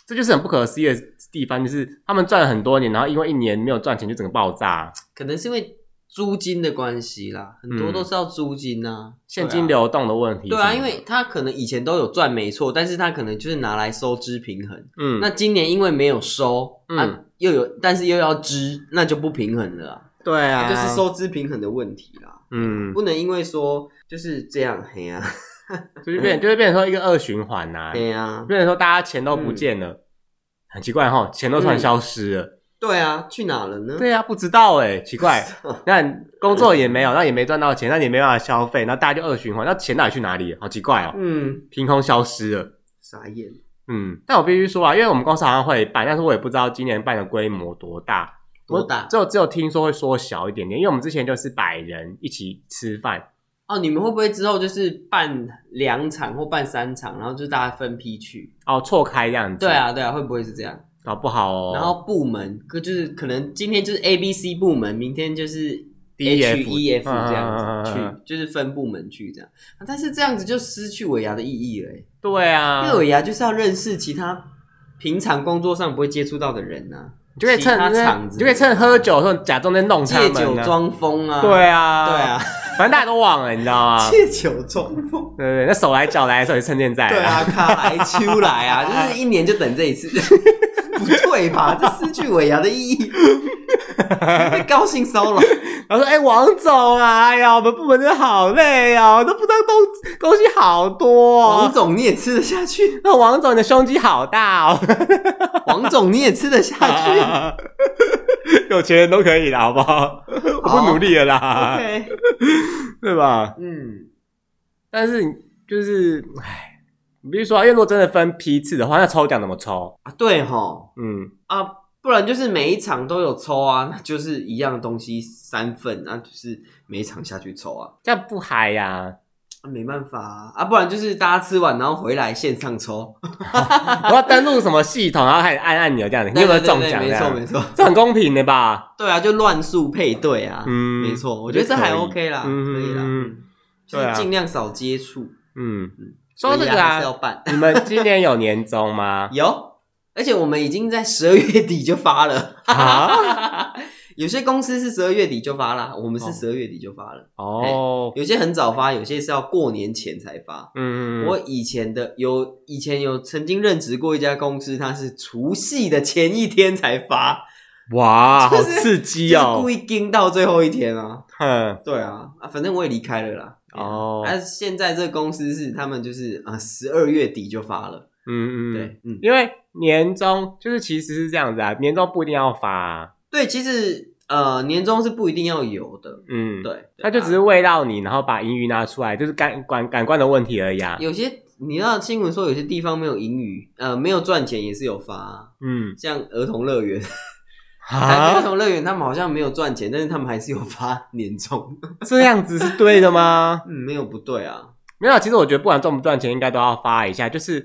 [SPEAKER 1] 这就是很不可思议的地方，就是他们赚了很多年，然后因为一年没有赚钱就整个爆炸，
[SPEAKER 2] 可能是因为租金的关系啦，很多
[SPEAKER 1] 嗯
[SPEAKER 2] 都是要租金啊，
[SPEAKER 1] 现金流动的问题。
[SPEAKER 2] 对啊。对啊，因为他可能以前都有赚没错，但是他可能就是拿来收支平衡。
[SPEAKER 1] 嗯，
[SPEAKER 2] 那今年因为没有收，
[SPEAKER 1] 嗯
[SPEAKER 2] 啊，又有，但是又要支，那就不平衡了啊、
[SPEAKER 1] 对啊，
[SPEAKER 2] 就是，收支平衡的问题啦，
[SPEAKER 1] 嗯，
[SPEAKER 2] 不能因为说就是这样啊黑呀
[SPEAKER 1] 就是变，就会变成说一个恶循环呐、
[SPEAKER 2] 黑呀，
[SPEAKER 1] 变成说大家钱都
[SPEAKER 2] 嗯
[SPEAKER 1] 不见了，很奇怪哈，钱都突然消失了。
[SPEAKER 2] 对啊，去哪了呢？
[SPEAKER 1] 对啊，不知道哎、奇怪。那工作也没有，那也没赚到钱，那也没办法消费，那大家就恶循环。那钱到底去哪里了？好奇怪哦，
[SPEAKER 2] 嗯，
[SPEAKER 1] 凭空消失了。
[SPEAKER 2] 傻眼，
[SPEAKER 1] 嗯，但我必须说啊，因为我们公司好像会办，但是我也不知道今年办的规模多大，
[SPEAKER 2] 多大
[SPEAKER 1] 只？有只有听说会缩小一点点，因为我们之前就是百人一起吃饭，
[SPEAKER 2] 哦，你们会不会之后就是办两场或办三场，然后就大家分批去？
[SPEAKER 1] 哦，错开这样子，
[SPEAKER 2] 对，啊，对啊，会不会是这样？
[SPEAKER 1] 搞不好哦。
[SPEAKER 2] 然后部门，可就是可能今天就是 A、B、C 部门，明天就是
[SPEAKER 1] D F
[SPEAKER 2] H、E、F 这样
[SPEAKER 1] 嗯
[SPEAKER 2] 子
[SPEAKER 1] 嗯嗯嗯
[SPEAKER 2] 去，就是分部门去这样。啊但是这样子就失去尾牙的意义了欸，
[SPEAKER 1] 对啊，
[SPEAKER 2] 因为尾牙就是要认识其他平常工作上不会接触到的人啊呐，
[SPEAKER 1] 你就可以趁
[SPEAKER 2] 其他场子
[SPEAKER 1] 你就可以趁喝酒的时候假装在弄他
[SPEAKER 2] 借
[SPEAKER 1] 们、啊，
[SPEAKER 2] 酒装疯啊，
[SPEAKER 1] 对
[SPEAKER 2] 啊，
[SPEAKER 1] 啊，
[SPEAKER 2] 对，啊，
[SPEAKER 1] 反正大家都忘了，你知道 吗？
[SPEAKER 2] 借酒装疯，
[SPEAKER 1] 对对对，那手来脚来的时候也趁现在，
[SPEAKER 2] 对啊，，卡来秋来啊，就是一年就等这一次。 不对吧？这失去尾牙的意义， 被高兴骚扰。
[SPEAKER 1] 然后说：“哎、王总啊，哎呀，我们部门真的好累哦，都不知道东东西好多、哦。
[SPEAKER 2] 王总，你也吃得下去？
[SPEAKER 1] 那王总，你的胸肌好大 哦！
[SPEAKER 2] 王总，你也吃得
[SPEAKER 1] 啊
[SPEAKER 2] 下去
[SPEAKER 1] 有钱人都可以的，好不 好？我不努力了啦
[SPEAKER 2] ？OK，
[SPEAKER 1] 对吧？
[SPEAKER 2] 嗯，
[SPEAKER 1] 但是就是，唉，你必须说啊，因为如果真的分批次的话，那抽奖怎么抽？
[SPEAKER 2] 啊，对吼
[SPEAKER 1] 嗯，
[SPEAKER 2] 啊，不然就是每一场都有抽啊，那就是一样东西三份，那、就是每一场下去抽啊，
[SPEAKER 1] 这样不嗨呀、
[SPEAKER 2] 啊没办法啊，啊，不然就是大家吃完然后回来线上抽，
[SPEAKER 1] 我要登录什么系统，然后开始按按钮这样子， 你有没有
[SPEAKER 2] 对对
[SPEAKER 1] 中
[SPEAKER 2] 对
[SPEAKER 1] 奖？
[SPEAKER 2] 没
[SPEAKER 1] 这
[SPEAKER 2] 错
[SPEAKER 1] 样
[SPEAKER 2] 没错，
[SPEAKER 1] 这很公平的吧？
[SPEAKER 2] 对啊，就乱数配对啊，
[SPEAKER 1] 嗯，
[SPEAKER 2] 没错，我觉得这还
[SPEAKER 1] 可以
[SPEAKER 2] OK 啦，
[SPEAKER 1] 嗯
[SPEAKER 2] 可以啦，
[SPEAKER 1] 嗯
[SPEAKER 2] 嗯就
[SPEAKER 1] 对
[SPEAKER 2] 是
[SPEAKER 1] 啊
[SPEAKER 2] 尽量少接触，
[SPEAKER 1] 嗯
[SPEAKER 2] 嗯，
[SPEAKER 1] 说到这
[SPEAKER 2] 所以
[SPEAKER 1] 个
[SPEAKER 2] 还是要
[SPEAKER 1] 啊，
[SPEAKER 2] 办？
[SPEAKER 1] 你们今年有年终吗
[SPEAKER 2] 有。而且我们已经在十二月底就发了，
[SPEAKER 1] 啊，
[SPEAKER 2] 有些公司是十二月底就发啦，我们
[SPEAKER 1] 哦
[SPEAKER 2] 是十二月底就发了。
[SPEAKER 1] 哦，
[SPEAKER 2] 有些很早发，有些是要过年前才发。
[SPEAKER 1] 嗯，
[SPEAKER 2] 我以前的有以前有曾经任职过一家公司，它是除夕的前一天才发，
[SPEAKER 1] 哇，好
[SPEAKER 2] 就是
[SPEAKER 1] 刺激
[SPEAKER 2] 就是
[SPEAKER 1] 哦
[SPEAKER 2] 故！意盯到最后一天啊。
[SPEAKER 1] 哼，
[SPEAKER 2] 对啊，啊，反正我也离开了啦。
[SPEAKER 1] 哦
[SPEAKER 2] 但、啊、现在这个公司是他们就是啊，十二月底就发了。
[SPEAKER 1] 嗯嗯，
[SPEAKER 2] 对，嗯，
[SPEAKER 1] 因为年终就是其实是这样子啊，年终不一定要发啊、
[SPEAKER 2] 对，其实呃，年终是不一定要有的。
[SPEAKER 1] 嗯，，
[SPEAKER 2] 对，啊
[SPEAKER 1] 那就只是喂到你，然后把盈余拿出来，就是感感感官的问题而已啊。
[SPEAKER 2] 有些你知道新闻说有些地方没有盈余，呃，没有赚钱也是有发啊、
[SPEAKER 1] 嗯，
[SPEAKER 2] 像儿童乐园，台 北儿
[SPEAKER 1] 啊，
[SPEAKER 2] 童乐园他们好像没有赚钱，但是他们还是有发年终，
[SPEAKER 1] 这样子是对的吗？
[SPEAKER 2] 嗯，没有不对啊，
[SPEAKER 1] 没有，其实我觉得不管赚不赚钱，应该都要发一下，就是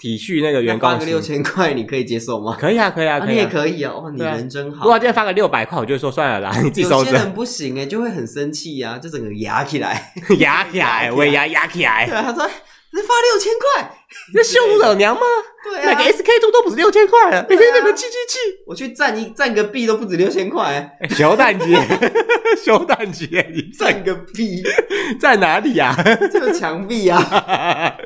[SPEAKER 1] 体恤那个员
[SPEAKER 2] 那
[SPEAKER 1] 工
[SPEAKER 2] 发个
[SPEAKER 1] 薪。
[SPEAKER 2] 六千块你可以接受吗？
[SPEAKER 1] 可以啊，可以啊，
[SPEAKER 2] 啊，
[SPEAKER 1] 可
[SPEAKER 2] 你
[SPEAKER 1] 以、
[SPEAKER 2] 也
[SPEAKER 1] 啊。
[SPEAKER 2] 可以啊，哇，你
[SPEAKER 1] 对啊
[SPEAKER 2] 人真好。
[SPEAKER 1] 如果今天发个六百块，我就说算了啦，你自己收
[SPEAKER 2] 有些
[SPEAKER 1] 着，
[SPEAKER 2] 人不行哎、就会很生气呀、啊，就整个牙起来。
[SPEAKER 1] 压起来，我也压压起
[SPEAKER 2] 对
[SPEAKER 1] 来，
[SPEAKER 2] 啊，他说你发六千块，
[SPEAKER 1] 这羞辱老娘吗？
[SPEAKER 2] 对
[SPEAKER 1] 买个
[SPEAKER 2] 啊，
[SPEAKER 1] SK two 都不止六千块了，每天
[SPEAKER 2] 对啊
[SPEAKER 1] 你们气气气。
[SPEAKER 2] 我去站一站个币都不止六千块，欸
[SPEAKER 1] 熊蛋姐， 熊蛋姐，你在
[SPEAKER 2] 站个屁，
[SPEAKER 1] 在哪里啊呀、
[SPEAKER 2] 就墙壁 啊。
[SPEAKER 1] 啊、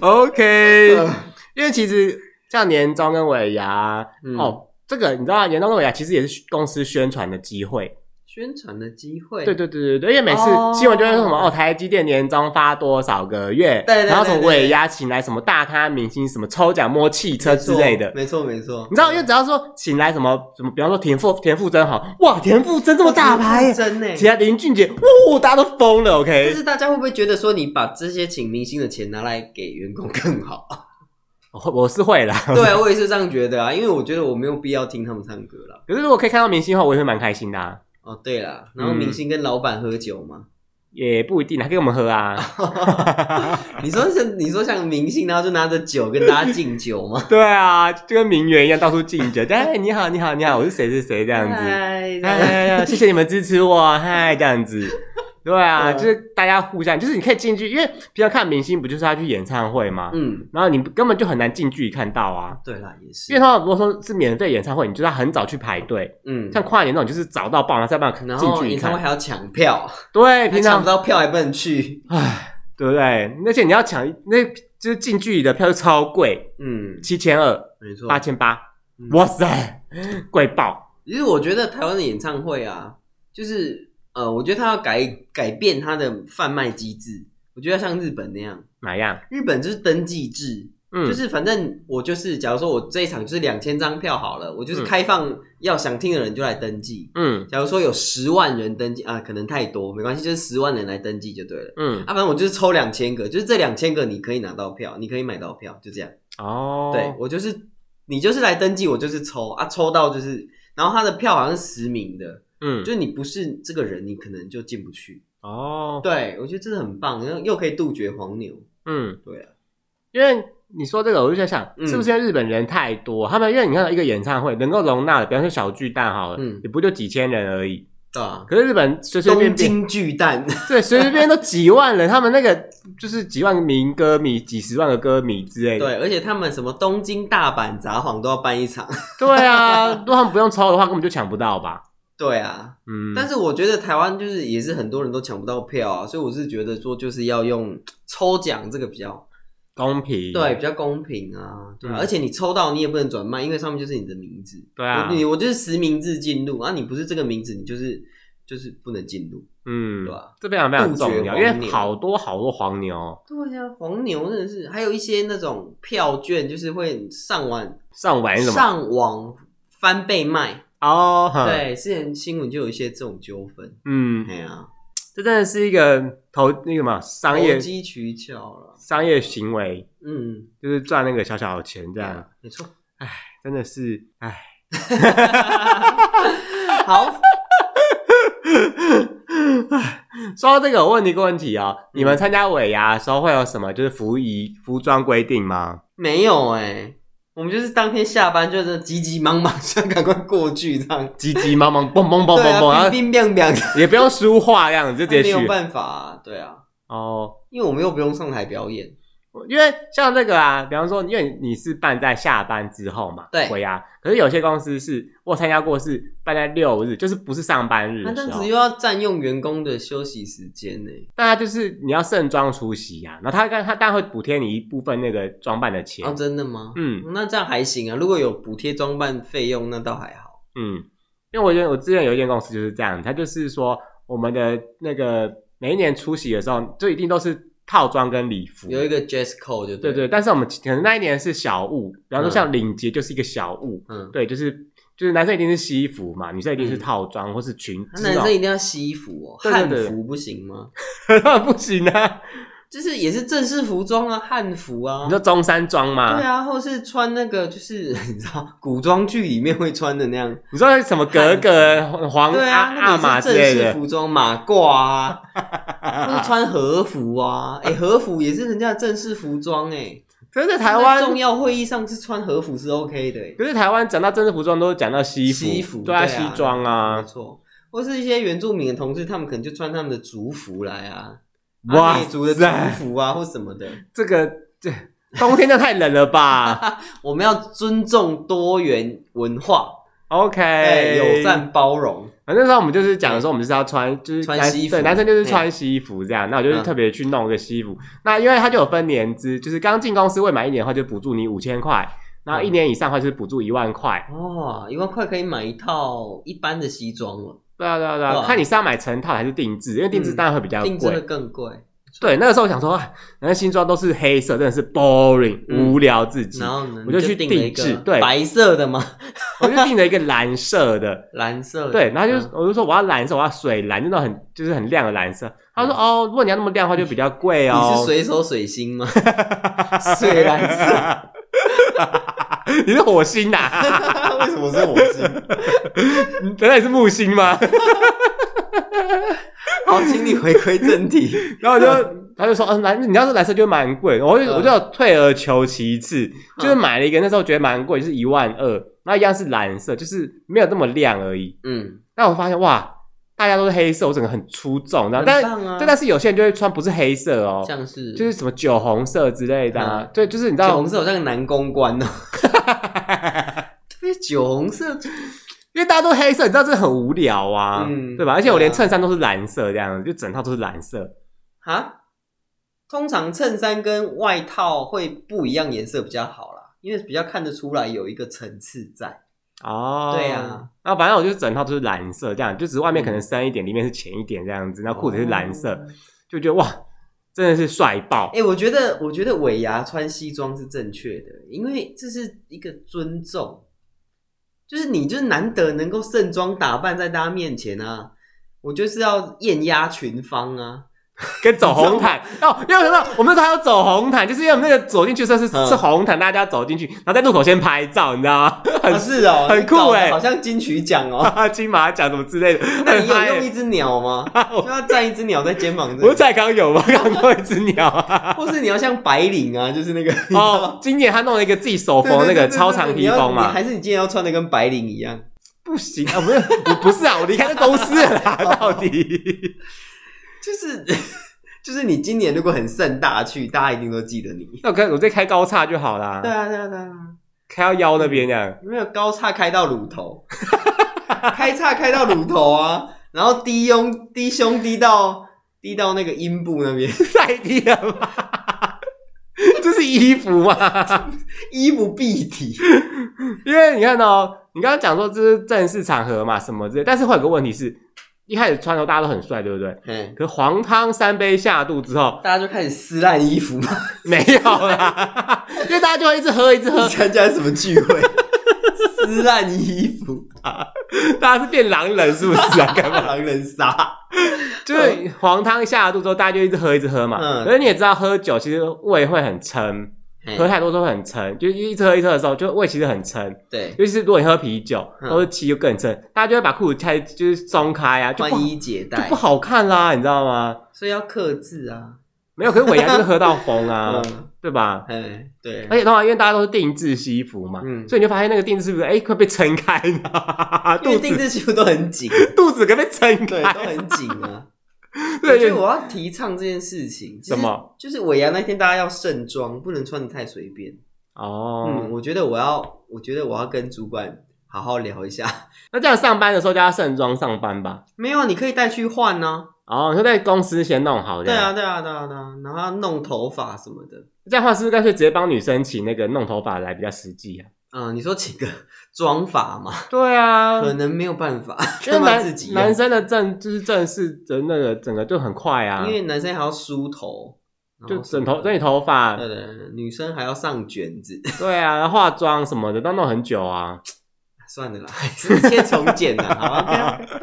[SPEAKER 1] ？OK，
[SPEAKER 2] 呃
[SPEAKER 1] 因为其实像年终跟尾牙、
[SPEAKER 2] 嗯
[SPEAKER 1] 哦，这个你知道，年终跟尾牙其实也是公司宣传的机会。
[SPEAKER 2] 宣传的机会，
[SPEAKER 1] 对对对对对，因为每次
[SPEAKER 2] 哦
[SPEAKER 1] 新闻就会说什么哦台积电年终发多少个月，
[SPEAKER 2] 对对对
[SPEAKER 1] 然后什么尾牙请来什么大咖明星，什么抽奖摸汽车之类的。
[SPEAKER 2] 没错没错。
[SPEAKER 1] 你知道，因为只要说请来什么什么，比方说田馥田馥甄好，哇，田馥甄这么大牌耶，
[SPEAKER 2] 真呢？
[SPEAKER 1] 其他林俊杰，哇，大家都疯了，OK。
[SPEAKER 2] 就是大家会不会觉得说，你把这些请明星的钱拿来给员工更 好？
[SPEAKER 1] 我我是会啦，
[SPEAKER 2] 对啊，我也是这样觉得啊，因为我觉得我没有必要听他们唱歌啦。
[SPEAKER 1] 可是如果可以看到明星的话，我也会蛮开心的、啊。
[SPEAKER 2] 哦，对啦，然后明星跟老板喝酒嘛，
[SPEAKER 1] 也不一定，还可以我们喝啊。
[SPEAKER 2] 你说像你说像明星，然后就拿着酒跟大家敬酒吗？
[SPEAKER 1] 对啊，就跟名媛一样，到处敬酒。哎，你好，你好，你好，我是谁是谁这样子。哎
[SPEAKER 2] 嗨
[SPEAKER 1] 呀呀，谢谢你们支持 我，嗨，这样子。对啊，
[SPEAKER 2] 对啊
[SPEAKER 1] 就是大家互相，就是你可以进去，因为平常看明星不就是要去演唱会吗？
[SPEAKER 2] 嗯，
[SPEAKER 1] 然后你根本就很难近距离看到啊。
[SPEAKER 2] 对啦，也是
[SPEAKER 1] 因为，他如果说是免费演唱会，你就要很早去排队。
[SPEAKER 2] 嗯，
[SPEAKER 1] 像跨年那种，就是早到爆，然后再办
[SPEAKER 2] 然
[SPEAKER 1] 近
[SPEAKER 2] 后
[SPEAKER 1] 距离
[SPEAKER 2] 演唱会
[SPEAKER 1] 看。
[SPEAKER 2] 还要抢票，
[SPEAKER 1] 对，
[SPEAKER 2] 还
[SPEAKER 1] 平
[SPEAKER 2] 抢
[SPEAKER 1] 常
[SPEAKER 2] 不到票还不能去，
[SPEAKER 1] 唉，对不对？而且你要抢，那就是近距离的票就超贵，
[SPEAKER 2] 嗯，
[SPEAKER 1] 七千二、
[SPEAKER 2] 没错
[SPEAKER 1] 八千八
[SPEAKER 2] 嗯，
[SPEAKER 1] 哇塞，贵爆！
[SPEAKER 2] 其实我觉得台湾的演唱会啊，就是呃，我觉得他要改改变他的贩卖机制，我觉得要像日本那样，
[SPEAKER 1] 哪样？
[SPEAKER 2] 日本就是登记制，
[SPEAKER 1] 嗯，
[SPEAKER 2] 就是反正我就是，假如说我这一场就是两千张票好了，我就是
[SPEAKER 1] 嗯
[SPEAKER 2] 开放要想听的人就来登记。
[SPEAKER 1] 嗯
[SPEAKER 2] 假如说有十万人登记啊，可能太多，没关系，就是十万人来登记就对了。
[SPEAKER 1] 嗯
[SPEAKER 2] 啊，反正我就是抽两千个，就是这两千个你可以拿到票，你可以买到票，就这样。
[SPEAKER 1] 哦，
[SPEAKER 2] 对我就是你就是来登记，我就是抽啊，抽到就是，然后他的票好像是实名的，
[SPEAKER 1] 嗯
[SPEAKER 2] 就是你不是这个人，你可能就进不去。
[SPEAKER 1] 哦，
[SPEAKER 2] 对我觉得真的很棒，然后又可以杜绝黄牛。
[SPEAKER 1] 嗯，
[SPEAKER 2] 对啊，
[SPEAKER 1] 因为你说这个，我就在想，
[SPEAKER 2] 嗯
[SPEAKER 1] 是不是因为日本人太多？他们因为你看一个演唱会能够容纳的，比方说小巨蛋好了，
[SPEAKER 2] 嗯
[SPEAKER 1] 也不就几千人而已。
[SPEAKER 2] 对啊，
[SPEAKER 1] 可是日本随随便
[SPEAKER 2] 东
[SPEAKER 1] 便，
[SPEAKER 2] 京巨蛋，
[SPEAKER 1] 对，随随便便都几万人，他们那个就是几万名歌迷、几十万个歌迷之类的。
[SPEAKER 2] 对，而且他们什么东京、大阪、札幌都要办一场。
[SPEAKER 1] 对啊，如果他们不用抽的话，根本就抢不到吧？
[SPEAKER 2] 对啊，
[SPEAKER 1] 嗯，
[SPEAKER 2] 但是我觉得台湾就是也是很多人都抢不到票啊，所以我是觉得说就是要用抽奖这个比较
[SPEAKER 1] 公平，
[SPEAKER 2] 对比较公平啊，对啊，
[SPEAKER 1] 嗯
[SPEAKER 2] 而且你抽到你也不能转卖，因为上面就是你的名字。
[SPEAKER 1] 对啊
[SPEAKER 2] 我，你我就是实名制进入啊，你不是这个名字，你就是就是不能进入，
[SPEAKER 1] 嗯
[SPEAKER 2] 对，吧？
[SPEAKER 1] 这非常非常重
[SPEAKER 2] 杜绝
[SPEAKER 1] 要，
[SPEAKER 2] 黄
[SPEAKER 1] 因
[SPEAKER 2] 牛
[SPEAKER 1] 为好多好多黄牛
[SPEAKER 2] 对呀、黄牛真的是，还有一些那种票券，就是会上网
[SPEAKER 1] 上玩什么
[SPEAKER 2] 上网翻倍卖。
[SPEAKER 1] 哦，哼，
[SPEAKER 2] 对，之前新闻就有一些这种纠纷。
[SPEAKER 1] 嗯，
[SPEAKER 2] 哎呀、
[SPEAKER 1] 这真的是一个投那个嘛
[SPEAKER 2] 啊，
[SPEAKER 1] 商
[SPEAKER 2] 投
[SPEAKER 1] 业
[SPEAKER 2] 机取巧了。
[SPEAKER 1] 商业行为，
[SPEAKER 2] 嗯，
[SPEAKER 1] 就是赚那个小小的钱，这样
[SPEAKER 2] 没错。
[SPEAKER 1] 真的是，唉，
[SPEAKER 2] 好，
[SPEAKER 1] 说到这个，我问你一个问题啊、哦，
[SPEAKER 2] 嗯
[SPEAKER 1] 你们参加尾牙的时候会有什么就是服仪服装规定吗？
[SPEAKER 2] 没有哎、我们就是当天下班就是急急忙忙，想赶快过去这样。
[SPEAKER 1] 急急忙忙，蹦蹦蹦
[SPEAKER 2] 对
[SPEAKER 1] 蹦蹦，
[SPEAKER 2] 啊，
[SPEAKER 1] 然后
[SPEAKER 2] 冰冰凉凉，
[SPEAKER 1] 也不用梳化这样子，就直接
[SPEAKER 2] 没有
[SPEAKER 1] 去
[SPEAKER 2] 办法、啊，对啊，
[SPEAKER 1] 哦。
[SPEAKER 2] 因为我们又不用上台表演。
[SPEAKER 1] 因为像这个啊，比方说，因为你是办在下班之后嘛，
[SPEAKER 2] 对
[SPEAKER 1] 回啊。可是有些公司是我参加过，是办在六日，就是不是啊上班日
[SPEAKER 2] 啊那
[SPEAKER 1] 的
[SPEAKER 2] 这
[SPEAKER 1] 时
[SPEAKER 2] 样
[SPEAKER 1] 候
[SPEAKER 2] 子。又要占用员工的休息时间欸呢、
[SPEAKER 1] 那他就是你要盛装出席啊，然后他他他当然会补贴你一部分那个装扮的钱。
[SPEAKER 2] 哦，真的吗？
[SPEAKER 1] 嗯
[SPEAKER 2] 那这样还行啊。如果有补贴装扮费用，那倒还好。
[SPEAKER 1] 嗯，因为我觉得我之前有一间公司就是这样，他就是说我们的那个每一年出席的时候，就一定都是套装跟礼服。
[SPEAKER 2] 有一个 dress code
[SPEAKER 1] 对
[SPEAKER 2] 就对
[SPEAKER 1] 嗯对，
[SPEAKER 2] 了，
[SPEAKER 1] 但是我们可能那一年是小物，比方说
[SPEAKER 2] 嗯
[SPEAKER 1] 像领结就是一个小物，
[SPEAKER 2] 嗯，
[SPEAKER 1] 对，就是就是男生一定是西服嘛，女生一定是套装、或是裙
[SPEAKER 2] 那
[SPEAKER 1] 子
[SPEAKER 2] 嗯男
[SPEAKER 1] 哦，
[SPEAKER 2] 生一定要西服哦，
[SPEAKER 1] 对对对
[SPEAKER 2] 汉服不行吗？
[SPEAKER 1] 当 然不行啊！
[SPEAKER 2] 就是也是正式服装啊，汉服啊。
[SPEAKER 1] 你说中山装吗？
[SPEAKER 2] 对啊，或是穿那个就是 你知道古装剧里面会穿的那样，
[SPEAKER 1] 你说什么格格黄
[SPEAKER 2] 对啊，
[SPEAKER 1] 阿
[SPEAKER 2] 那
[SPEAKER 1] 阿
[SPEAKER 2] 个
[SPEAKER 1] 玛
[SPEAKER 2] 也
[SPEAKER 1] 之
[SPEAKER 2] 是正
[SPEAKER 1] 类
[SPEAKER 2] 式
[SPEAKER 1] 的，
[SPEAKER 2] 服装马褂啊，或是穿和服啊，哎、和服也是人家的正式服装哎、
[SPEAKER 1] 可是在台
[SPEAKER 2] 在
[SPEAKER 1] 湾
[SPEAKER 2] 重，要会议上是穿和服是 OK 的、欸，
[SPEAKER 1] 可是台湾讲到政治服装都讲到西服，
[SPEAKER 2] 西服
[SPEAKER 1] 对啊，
[SPEAKER 2] 对
[SPEAKER 1] 西
[SPEAKER 2] 啊
[SPEAKER 1] 装
[SPEAKER 2] 没
[SPEAKER 1] 啊，
[SPEAKER 2] 错。或是一些原住民的同志，他们可能就穿他们的族服来啊，
[SPEAKER 1] 哇
[SPEAKER 2] 阿美族的族服啊，或什么的。
[SPEAKER 1] 这个 这冬天就太冷了 吧
[SPEAKER 2] 我们要尊重多元文化，哎、
[SPEAKER 1] ？OK，
[SPEAKER 2] 友善包容。
[SPEAKER 1] 反正那时候我们就是讲的时候，我们是要穿，就是
[SPEAKER 2] 穿
[SPEAKER 1] 男
[SPEAKER 2] 西服
[SPEAKER 1] 对，男生就是
[SPEAKER 2] 嘿
[SPEAKER 1] 穿西服这样。那我就是
[SPEAKER 2] 嗯
[SPEAKER 1] 特别去弄个西服。那因为它就有分年资，就是刚进公司未满一年的话，就补助你五千块；然后一年以上的话，就是补助一万块。
[SPEAKER 2] 哦，一万块可以买一套一般的西装了，
[SPEAKER 1] 对啊，对啊，对啊，
[SPEAKER 2] 哇
[SPEAKER 1] 看你是要买成套还是定制，因为定制
[SPEAKER 2] 嗯
[SPEAKER 1] 当然会比较
[SPEAKER 2] 定真的
[SPEAKER 1] 贵。
[SPEAKER 2] 更贵。
[SPEAKER 1] 对，那个时候我想说，啊男生新装都是黑色，真的是 boring，
[SPEAKER 2] 嗯
[SPEAKER 1] 无聊至极
[SPEAKER 2] 然。后呢，
[SPEAKER 1] 我就
[SPEAKER 2] 你
[SPEAKER 1] 去
[SPEAKER 2] 定了一
[SPEAKER 1] 定制
[SPEAKER 2] 个
[SPEAKER 1] 对
[SPEAKER 2] 白色的吗？
[SPEAKER 1] 我就定了一个蓝色的，
[SPEAKER 2] 蓝色的。
[SPEAKER 1] 对，然后就
[SPEAKER 2] 嗯
[SPEAKER 1] 我就说我要蓝色，我要水蓝，那种很就是很亮的蓝色。他说哦，如果你要那么亮的话，就比较贵哦。
[SPEAKER 2] 嗯 你是水手水星吗？水蓝色。
[SPEAKER 1] 色， 你是火星呐、
[SPEAKER 2] 为什么是火星？
[SPEAKER 1] 你等下你是木星吗？
[SPEAKER 2] 好，请你回归 正题。
[SPEAKER 1] 然后我就。他就说：“嗯、蓝，你要是蓝色就蛮贵的，我就、
[SPEAKER 2] 嗯
[SPEAKER 1] 我就有退而求其次，就是买了一个那时候觉得蛮贵，就是一万二，然后一样是蓝色，就是没有那么亮而已。
[SPEAKER 2] 嗯，
[SPEAKER 1] 但我发现哇，大家都是黑色，我整个很出众，然后
[SPEAKER 2] 很
[SPEAKER 1] 但
[SPEAKER 2] 棒啊
[SPEAKER 1] 对，但是有些人就会穿不是黑色哦，
[SPEAKER 2] 像是
[SPEAKER 1] 就是什么酒红色之类的、啊，
[SPEAKER 2] 嗯
[SPEAKER 1] 对，就是你知
[SPEAKER 2] 酒
[SPEAKER 1] 道
[SPEAKER 2] 红，色，好像男公 关哦。对，酒红色，
[SPEAKER 1] 因为大家都黑色，你知道这很无聊啊，
[SPEAKER 2] 嗯
[SPEAKER 1] 对吧？而且我连
[SPEAKER 2] 对啊
[SPEAKER 1] 衬衫都是蓝色，这样就整套都是蓝色，
[SPEAKER 2] 哈，通常衬衫跟外套会不一样颜色比较好啦，因为比较看得出来有一个层次在。
[SPEAKER 1] 哦，
[SPEAKER 2] 对啊，
[SPEAKER 1] 那反正我就整套都是蓝色，这样就只是外面可能深一点，里面是浅一点这样子，那裤子啊是蓝色，
[SPEAKER 2] 哦
[SPEAKER 1] 就觉得哇，真的是帅爆
[SPEAKER 2] 哎、。我觉得，我觉得尾牙穿西装是正确的，因为这是一个尊重，就是你就是难得能够盛装打扮在大家面前啊，我就是要艳压群芳啊，
[SPEAKER 1] 跟走红毯 哦，因为什么？我们那时候还有走红毯，就是因为我们那个走进去的时候是、
[SPEAKER 2] 嗯
[SPEAKER 1] 是红毯，大家走进去，然后在路口先拍照，你知道吗？很
[SPEAKER 2] 啊是哦，
[SPEAKER 1] 很
[SPEAKER 2] 你搞得
[SPEAKER 1] 酷欸
[SPEAKER 2] 好像金曲奖 哦。
[SPEAKER 1] 金马奖什么之类的，
[SPEAKER 2] 那你
[SPEAKER 1] 很
[SPEAKER 2] 有
[SPEAKER 1] 嗨
[SPEAKER 2] 用一
[SPEAKER 1] 欸。
[SPEAKER 2] 只 鸟吗？就要站一只鸟在肩膀这
[SPEAKER 1] 我
[SPEAKER 2] 里，
[SPEAKER 1] 才刚有吗？ 刚过一只鸟 啊！
[SPEAKER 2] 或是你要像白领 啊，就是那个
[SPEAKER 1] 哦，今年他弄了一个自己手
[SPEAKER 2] 你知道吗
[SPEAKER 1] 缝那
[SPEAKER 2] 对对对
[SPEAKER 1] 个
[SPEAKER 2] 对
[SPEAKER 1] 超长
[SPEAKER 2] 你
[SPEAKER 1] 披
[SPEAKER 2] 要
[SPEAKER 1] 风
[SPEAKER 2] 你
[SPEAKER 1] 嘛，
[SPEAKER 2] 还是你今天要穿的跟白领一样？
[SPEAKER 1] 不行啊！不是，我不是啊，我离开这公司了啦，
[SPEAKER 2] 哦
[SPEAKER 1] 到底。
[SPEAKER 2] 就是就是你今年如果很盛大去，大家一定都记得你。
[SPEAKER 1] 那我开我再开高叉就好啦
[SPEAKER 2] 对，啊，对啊，对啊，
[SPEAKER 1] 开到腰那边这样。
[SPEAKER 2] 有没有高叉开到乳头，开叉开到乳头啊，然后低胸低胸低到低到那个阴部那边，
[SPEAKER 1] 太低了吧？这是衣服 嘛？
[SPEAKER 2] 衣服蔽体。
[SPEAKER 1] 因为你看哦，你刚刚讲说这是正式场合嘛，什么之类，但是会有个问题是，一开始穿的时候大家都很帅，对不对？
[SPEAKER 2] 嗯，
[SPEAKER 1] 可是黄汤三杯下肚之 后
[SPEAKER 2] 大家就开始撕烂衣服 嘛，
[SPEAKER 1] 没有啦，因为大家就会一直喝，一直喝
[SPEAKER 2] 你，参加什么聚会？撕烂衣服，
[SPEAKER 1] 大家是变狼人是不是 啊？干嘛？
[SPEAKER 2] 狼人杀。
[SPEAKER 1] 就是黄汤下肚之后，大家就一直喝，一直喝嘛。
[SPEAKER 2] 嗯
[SPEAKER 1] 可是你也知道，喝酒其实胃会很撑，
[SPEAKER 2] 嘿
[SPEAKER 1] 喝太多都会很撑，就一直喝一直喝的时候，就胃其实很撑。
[SPEAKER 2] 对，
[SPEAKER 1] 尤其是如果你喝啤酒，
[SPEAKER 2] 嗯
[SPEAKER 1] 都是气就更撑，大家就会把裤子开就是松开啊，就不
[SPEAKER 2] 宽衣解
[SPEAKER 1] 就
[SPEAKER 2] 带
[SPEAKER 1] 不，好看啦，你知道吗？
[SPEAKER 2] 所以要克制啊。
[SPEAKER 1] 没有，可是尾牙就是喝到疯啊，
[SPEAKER 2] 嗯，
[SPEAKER 1] 对吧？
[SPEAKER 2] 哎，对，
[SPEAKER 1] 而且通常因为大家都是定制西服嘛，
[SPEAKER 2] 嗯
[SPEAKER 1] 所以你就发现那个定制西服哎快被撑开了，
[SPEAKER 2] 因
[SPEAKER 1] 肚
[SPEAKER 2] 为定
[SPEAKER 1] 子
[SPEAKER 2] 制西服都很紧，啊
[SPEAKER 1] 肚子快被撑
[SPEAKER 2] 对，
[SPEAKER 1] 开
[SPEAKER 2] 都，很紧啊。我 觉
[SPEAKER 1] 对
[SPEAKER 2] 得我要提倡这件事情，就是
[SPEAKER 1] 什么？
[SPEAKER 2] 就是尾牙那天大家要盛装，不能穿的太随便。嗯，
[SPEAKER 1] 哦，
[SPEAKER 2] 我觉得我要，我觉得我要跟主管好好聊一下。
[SPEAKER 1] 那这样上班的时候就要盛装上班吧？
[SPEAKER 2] 没有，啊你可以带去换呢、
[SPEAKER 1] 哦，你说在公司先弄好这
[SPEAKER 2] 对
[SPEAKER 1] 样，
[SPEAKER 2] 啊，对啊，对啊，对啊，然后要弄头发什么的。
[SPEAKER 1] 这样的话是不是干脆直接帮女生请那个弄头发来比较实际啊？
[SPEAKER 2] 嗯，你说请个 妆发嘛，
[SPEAKER 1] 对啊，
[SPEAKER 2] 可能没有办法，
[SPEAKER 1] 因为
[SPEAKER 2] 干嘛自己
[SPEAKER 1] 男
[SPEAKER 2] 用
[SPEAKER 1] 男生的正就是正式的那个整个就很快啊，
[SPEAKER 2] 因为哦男生还要梳头，然后
[SPEAKER 1] 就整
[SPEAKER 2] 什
[SPEAKER 1] 头
[SPEAKER 2] 么
[SPEAKER 1] 整理头发，
[SPEAKER 2] 对对对，女生还要上卷子。
[SPEAKER 1] 对啊，然后化妆什么的都弄很久啊，
[SPEAKER 2] 算了 啦，还是先重剪啦，好吧？不要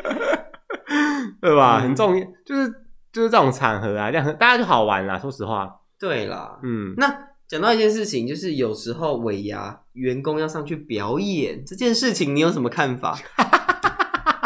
[SPEAKER 1] 对吧？
[SPEAKER 2] 嗯
[SPEAKER 1] 很重要，就是就是这种场合啊，这样很大家就好玩啦。说实话，
[SPEAKER 2] 对啦，
[SPEAKER 1] 嗯，
[SPEAKER 2] 那讲到一件事情，就是有时候尾牙员工要上去表演这件事情，你有什么 看法？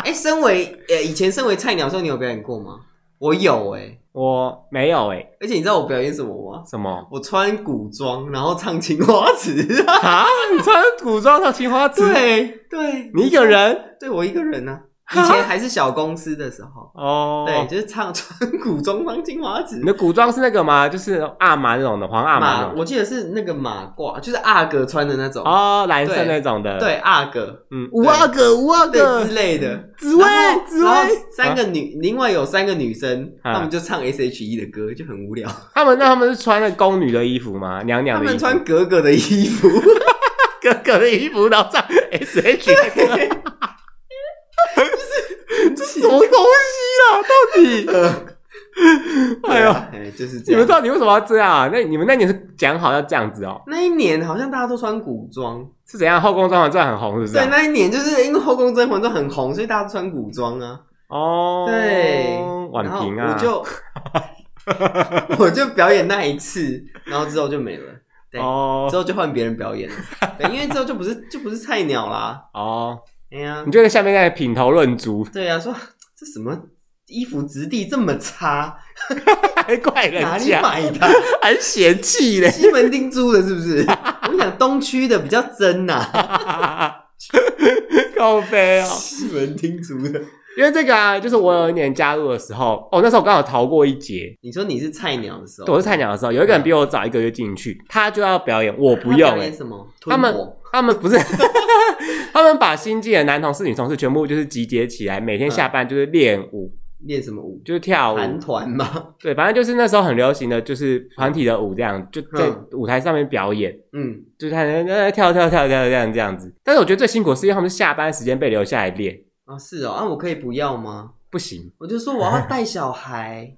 [SPEAKER 2] 哎、身为呃以前身为菜鸟的时候，你有表演过吗？我有哎、
[SPEAKER 1] 我没有哎、
[SPEAKER 2] 而且你知道我表演什么吗？
[SPEAKER 1] 什么
[SPEAKER 2] 我穿古装，然后唱青花瓷。
[SPEAKER 1] 啊？你穿古装上青花瓷，
[SPEAKER 2] 对对，
[SPEAKER 1] 你一个人
[SPEAKER 2] 对我一个 人呢、啊。以前还是小公司的时候，
[SPEAKER 1] 哦？
[SPEAKER 2] 对，，就是唱 穿古装唱青花瓷
[SPEAKER 1] 你。的古装是那个吗？就是阿玛那种的，黄阿玛
[SPEAKER 2] 马，
[SPEAKER 1] 那种
[SPEAKER 2] 我记得是那个马褂，就是阿哥穿的那种。
[SPEAKER 1] 哦，蓝色那种的，，
[SPEAKER 2] 对，阿哥，
[SPEAKER 1] 嗯，五阿哥，五阿哥
[SPEAKER 2] 对之，类的。
[SPEAKER 1] 紫薇
[SPEAKER 2] 然后，
[SPEAKER 1] 紫
[SPEAKER 2] 然后
[SPEAKER 1] 薇，
[SPEAKER 2] 三个女，另外有三个女生，
[SPEAKER 1] 啊
[SPEAKER 2] 她们就唱 S.H.E 的歌，就很无 聊。
[SPEAKER 1] 他们那他们是穿了宫女的衣服吗？娘
[SPEAKER 2] 她
[SPEAKER 1] 娘的
[SPEAKER 2] 们
[SPEAKER 1] 衣服，
[SPEAKER 2] 穿格格的 衣服，
[SPEAKER 1] 哥哥的衣服，然后唱 S H 的歌，
[SPEAKER 2] 这是
[SPEAKER 1] 什么东 西啊？到底？ 哎
[SPEAKER 2] 哎
[SPEAKER 1] 呦，
[SPEAKER 2] 呀，哎，就是这
[SPEAKER 1] 你们
[SPEAKER 2] 样。
[SPEAKER 1] 到底为什么要这样啊？那你们那年是讲好要这样子哦？
[SPEAKER 2] 那一年好像大家都穿古装，
[SPEAKER 1] 是怎样？后宫甄嬛传很红，是不是
[SPEAKER 2] 对，
[SPEAKER 1] 啊？
[SPEAKER 2] 那一年就是因为《后宫甄嬛传》很红，所以大家都穿古装啊。
[SPEAKER 1] 哦，
[SPEAKER 2] 对，
[SPEAKER 1] 婉
[SPEAKER 2] 然后
[SPEAKER 1] 平啊，
[SPEAKER 2] 我就我就表演那一次，然后之后就没了，对 之
[SPEAKER 1] 哦
[SPEAKER 2] 后就换别人 表演了，对，因为之后就不是就不是菜鸟啦。
[SPEAKER 1] 哦，
[SPEAKER 2] 哎呀
[SPEAKER 1] 你，就在下面在品头论足，
[SPEAKER 2] 对呀、说这什么衣服质地这么差，
[SPEAKER 1] 还怪人
[SPEAKER 2] 哪里
[SPEAKER 1] 家，
[SPEAKER 2] 买的？
[SPEAKER 1] 还嫌弃嘞。
[SPEAKER 2] 西门町租的，是不是？我想东区的比较真呐、
[SPEAKER 1] 告飞哦，
[SPEAKER 2] 西门町租的。
[SPEAKER 1] 因为这个啊，就是我有一年加入的时候，哦，那时候我刚好逃过一劫，
[SPEAKER 2] 你说你是菜鸟的时候，
[SPEAKER 1] 我是菜鸟的时候，有一个人比我早一个月进去，他就要表演，我
[SPEAKER 2] 嗯他
[SPEAKER 1] 不用
[SPEAKER 2] 表
[SPEAKER 1] 哎、
[SPEAKER 2] 演什么？
[SPEAKER 1] 他
[SPEAKER 2] 吞
[SPEAKER 1] 们
[SPEAKER 2] 火
[SPEAKER 1] 他们不是，
[SPEAKER 2] 嗯
[SPEAKER 1] 他们把新进的男同事、女同事全部就是集结起来，每天下班就是练舞，
[SPEAKER 2] 练什么舞？
[SPEAKER 1] 就是跳舞，
[SPEAKER 2] 韩团嘛，
[SPEAKER 1] 对，反正就是那时候很流行的，就是团体的舞这样，就在
[SPEAKER 2] 嗯
[SPEAKER 1] 舞台上面表演，
[SPEAKER 2] 嗯，
[SPEAKER 1] 就是看人家跳跳跳跳这样这样子。但是我觉得最辛苦的是因为他们下班时间被留下来练，
[SPEAKER 2] 啊是哦，啊我可以不要吗？
[SPEAKER 1] 不行，
[SPEAKER 2] 我就说我要带小孩，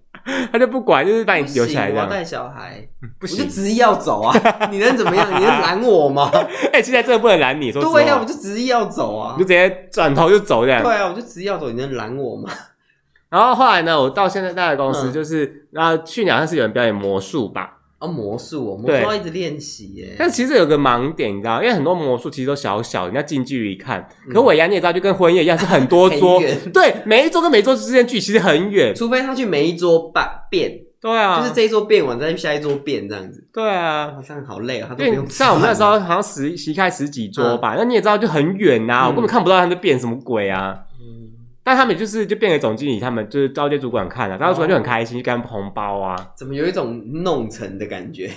[SPEAKER 1] 他就不管，就是把你
[SPEAKER 2] 不行
[SPEAKER 1] 留下来这
[SPEAKER 2] 我要
[SPEAKER 1] 样，
[SPEAKER 2] 带小孩，
[SPEAKER 1] 不
[SPEAKER 2] 我就
[SPEAKER 1] 行。
[SPEAKER 2] 执意要走啊！你能怎么样？你能拦我吗？
[SPEAKER 1] 哎、其实还真的不能拦你，说实话
[SPEAKER 2] 对呀、啊我就执意要走啊
[SPEAKER 1] 你就！直接转头就走这样。
[SPEAKER 2] 对啊，我就执意要走，你能拦我吗？
[SPEAKER 1] 然后后来呢，我到现在在的公司
[SPEAKER 2] 嗯
[SPEAKER 1] 就是，然后去年好像是有人表演魔术吧，
[SPEAKER 2] 啊，魔术哦，魔术
[SPEAKER 1] 对
[SPEAKER 2] 要一直练习耶。
[SPEAKER 1] 但其实有个盲点，你知道，因为很多魔术其实都小小，你要近距离看。可尾牙你也知道，就跟婚宴一样，是很多桌
[SPEAKER 2] 嗯很远，
[SPEAKER 1] 对，每一桌跟每一桌之间距离其实很远。
[SPEAKER 2] 除非他去每一桌办变，
[SPEAKER 1] 对啊，
[SPEAKER 2] 就是这一桌变完再去下一桌变这样子，
[SPEAKER 1] 对啊。
[SPEAKER 2] 好像好累啊、他都
[SPEAKER 1] 因
[SPEAKER 2] 不
[SPEAKER 1] 为
[SPEAKER 2] 用吃
[SPEAKER 1] 像我们那时候
[SPEAKER 2] 饭了，嗯
[SPEAKER 1] 好像十十开十几桌吧，那你也知道就很远呐、啊，我根本看不到他们在变什么鬼啊。
[SPEAKER 2] 嗯，
[SPEAKER 1] 但他们就是就变给总经理，他们就是交接主管看啊了、然后主管
[SPEAKER 2] 哦
[SPEAKER 1] 就很开心，就给他们红包啊。
[SPEAKER 2] 怎么有一种弄成的感觉？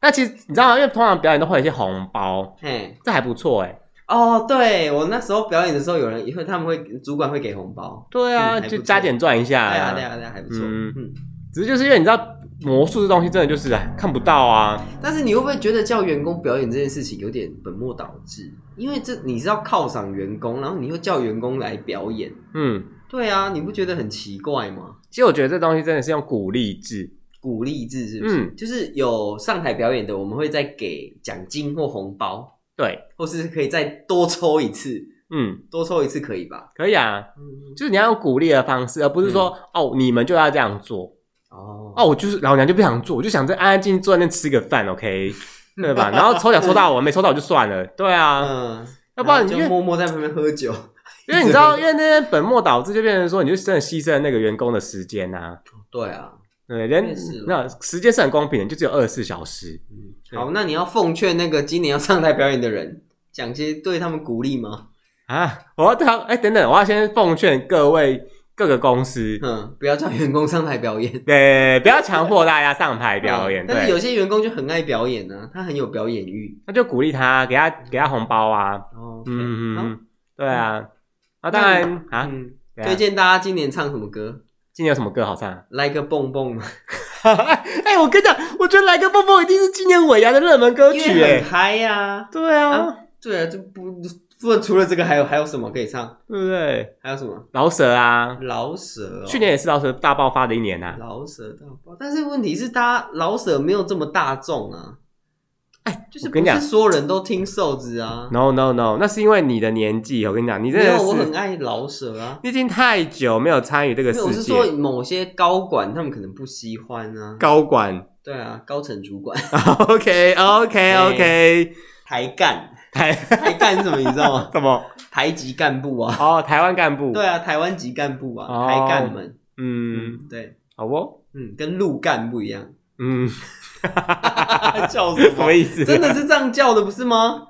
[SPEAKER 1] 那其实你知道吗？因为通常表演都会有一些红包，
[SPEAKER 2] 嘿，
[SPEAKER 1] 这还不错哎、
[SPEAKER 2] 哦，对我那时候表演的时候，有人也会他们会主管会给红包，
[SPEAKER 1] 对啊，
[SPEAKER 2] 嗯还不
[SPEAKER 1] 就
[SPEAKER 2] 错
[SPEAKER 1] 加减赚一下、
[SPEAKER 2] 对啊对啊对啊，还不错。
[SPEAKER 1] 嗯
[SPEAKER 2] 嗯，
[SPEAKER 1] 只是就是因为你知道魔术这东西真的就是哎看不到啊，
[SPEAKER 2] 但是你会不会觉得叫员工表演这件事情有点本末倒置？因为这你是要犒赏员工，然后你又叫员工来表演，
[SPEAKER 1] 嗯，
[SPEAKER 2] 对啊，你不觉得很奇怪吗？
[SPEAKER 1] 其实我觉得这东西真的是用鼓励制，
[SPEAKER 2] 鼓励制是不是？
[SPEAKER 1] 嗯
[SPEAKER 2] 就是有上台表演的，我们会再给奖金或红包，
[SPEAKER 1] 对，
[SPEAKER 2] 或是可以再多抽一次，
[SPEAKER 1] 嗯，
[SPEAKER 2] 多抽一次可以吧？
[SPEAKER 1] 可以啊，
[SPEAKER 2] 嗯，
[SPEAKER 1] 就是你要用鼓励的方式，而不是说、哦你们就要这样做，
[SPEAKER 2] 哦
[SPEAKER 1] 哦我就是老娘就不想做，我就想在安安静静坐在那边吃个饭，OK，对 吧？然后抽奖抽到我，没抽到我就算了，对啊，
[SPEAKER 2] 嗯，
[SPEAKER 1] 要不然你
[SPEAKER 2] 就
[SPEAKER 1] 因为
[SPEAKER 2] 默默在旁边喝 酒，
[SPEAKER 1] 因为你知道，因为那些本末倒置，就变成说你就真的牺牲了那个员工的时间呐、啊，
[SPEAKER 2] 对啊，
[SPEAKER 1] 对，人
[SPEAKER 2] 确实
[SPEAKER 1] 那时间是很公平的，就只有二十四小时。
[SPEAKER 2] 嗯，好，那你要奉劝那个今年要上台表演的人，讲些对他们鼓励吗？
[SPEAKER 1] 啊，我要他哎、等等，我要先奉劝各位各个公司，
[SPEAKER 2] 嗯，不要叫员工上台表演。
[SPEAKER 1] 对，不要强迫大家上台表 演，
[SPEAKER 2] 嗯但是有
[SPEAKER 1] 对，
[SPEAKER 2] 些员工就很爱表演呢、啊，他很有表演欲。
[SPEAKER 1] 那就鼓励他，给他给他红包啊，
[SPEAKER 2] 哦，
[SPEAKER 1] 嗯嗯
[SPEAKER 2] 好
[SPEAKER 1] 嗯，对啊，啊，当然啊，
[SPEAKER 2] 嗯，
[SPEAKER 1] 对啊
[SPEAKER 2] 推荐大家今年唱什么歌
[SPEAKER 1] 今年有什么歌好唱？啊
[SPEAKER 2] ？Like a Boom Boom，
[SPEAKER 1] 哎，我跟你讲，我觉得《来个蹦蹦》一定是今年尾牙的热门歌
[SPEAKER 2] 因
[SPEAKER 1] 曲，
[SPEAKER 2] 为
[SPEAKER 1] 哎
[SPEAKER 2] 很，嗨呀、
[SPEAKER 1] 对啊，
[SPEAKER 2] 对啊，就不不除了这个还有还有什么可以唱？
[SPEAKER 1] 对不对？
[SPEAKER 2] 还有什么？
[SPEAKER 1] 老舍啊，
[SPEAKER 2] 老舍、哦，
[SPEAKER 1] 去年也是老舍大爆发的一年啊，
[SPEAKER 2] 老舍大爆，但是问题是，大家老舍没有这么大众啊。哎，就是
[SPEAKER 1] 我
[SPEAKER 2] 不
[SPEAKER 1] 跟你
[SPEAKER 2] 是
[SPEAKER 1] 讲
[SPEAKER 2] 所有人都听瘦子啊。
[SPEAKER 1] No no no，那是因为你的年纪，我跟你讲，你真
[SPEAKER 2] 没
[SPEAKER 1] 的
[SPEAKER 2] 有，我很
[SPEAKER 1] 是，
[SPEAKER 2] 爱老舍啊。
[SPEAKER 1] 毕竟太久没有参与这个
[SPEAKER 2] 没有，我
[SPEAKER 1] 世
[SPEAKER 2] 是说
[SPEAKER 1] 界，
[SPEAKER 2] 某些高管他们可能不喜欢啊。
[SPEAKER 1] 高管。
[SPEAKER 2] 对啊，高层主管
[SPEAKER 1] OK OK OK，
[SPEAKER 2] 抬干，
[SPEAKER 1] 台？
[SPEAKER 2] 抬干是什么？你知道吗
[SPEAKER 1] 什么？
[SPEAKER 2] 台籍干部啊。
[SPEAKER 1] 哦，台湾干部。
[SPEAKER 2] 对，啊，台湾籍干部啊，
[SPEAKER 1] 哦
[SPEAKER 2] 台干们。
[SPEAKER 1] 嗯，
[SPEAKER 2] 嗯，对，
[SPEAKER 1] 好哦，
[SPEAKER 2] 嗯，跟陆干不一 样。
[SPEAKER 1] 嗯，
[SPEAKER 2] 叫什
[SPEAKER 1] 什么
[SPEAKER 2] 么？
[SPEAKER 1] 意思？
[SPEAKER 2] 真的，是这样叫的，不是吗？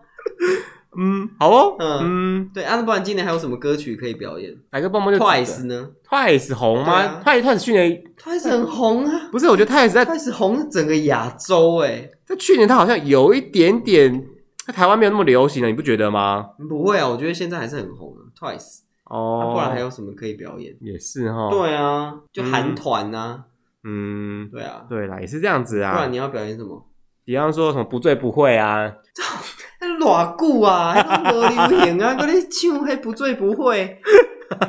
[SPEAKER 1] 嗯，好哦，
[SPEAKER 2] 嗯
[SPEAKER 1] 嗯，
[SPEAKER 2] 对啊，那不然今年还有什么歌曲可以表演
[SPEAKER 1] 哪个棒棒就
[SPEAKER 2] ？Twice 呢
[SPEAKER 1] Twice 红吗
[SPEAKER 2] 对啊
[SPEAKER 1] ？Twice Twice 去年
[SPEAKER 2] ？Twice 很红啊。
[SPEAKER 1] 不是，我觉得 Twice 在
[SPEAKER 2] 开始红是整个亚洲哎、
[SPEAKER 1] 在去年他好像有一点点在台湾没有那么流行了，你不觉得吗？
[SPEAKER 2] 不会啊，我觉得现在还是很红啊，Twice，、啊
[SPEAKER 1] 哦，
[SPEAKER 2] 不然还有什么可以表演？
[SPEAKER 1] 也是哈，，
[SPEAKER 2] 对啊，就韩团呐，
[SPEAKER 1] 嗯，
[SPEAKER 2] 对啊，
[SPEAKER 1] 对啦，也是这样子
[SPEAKER 2] 不然
[SPEAKER 1] 啊
[SPEAKER 2] 你。要表演什么？
[SPEAKER 1] 比方说什么不醉不会啊，
[SPEAKER 2] 那偌久啊，那都没流行啊， 跟你唱黑不醉不会，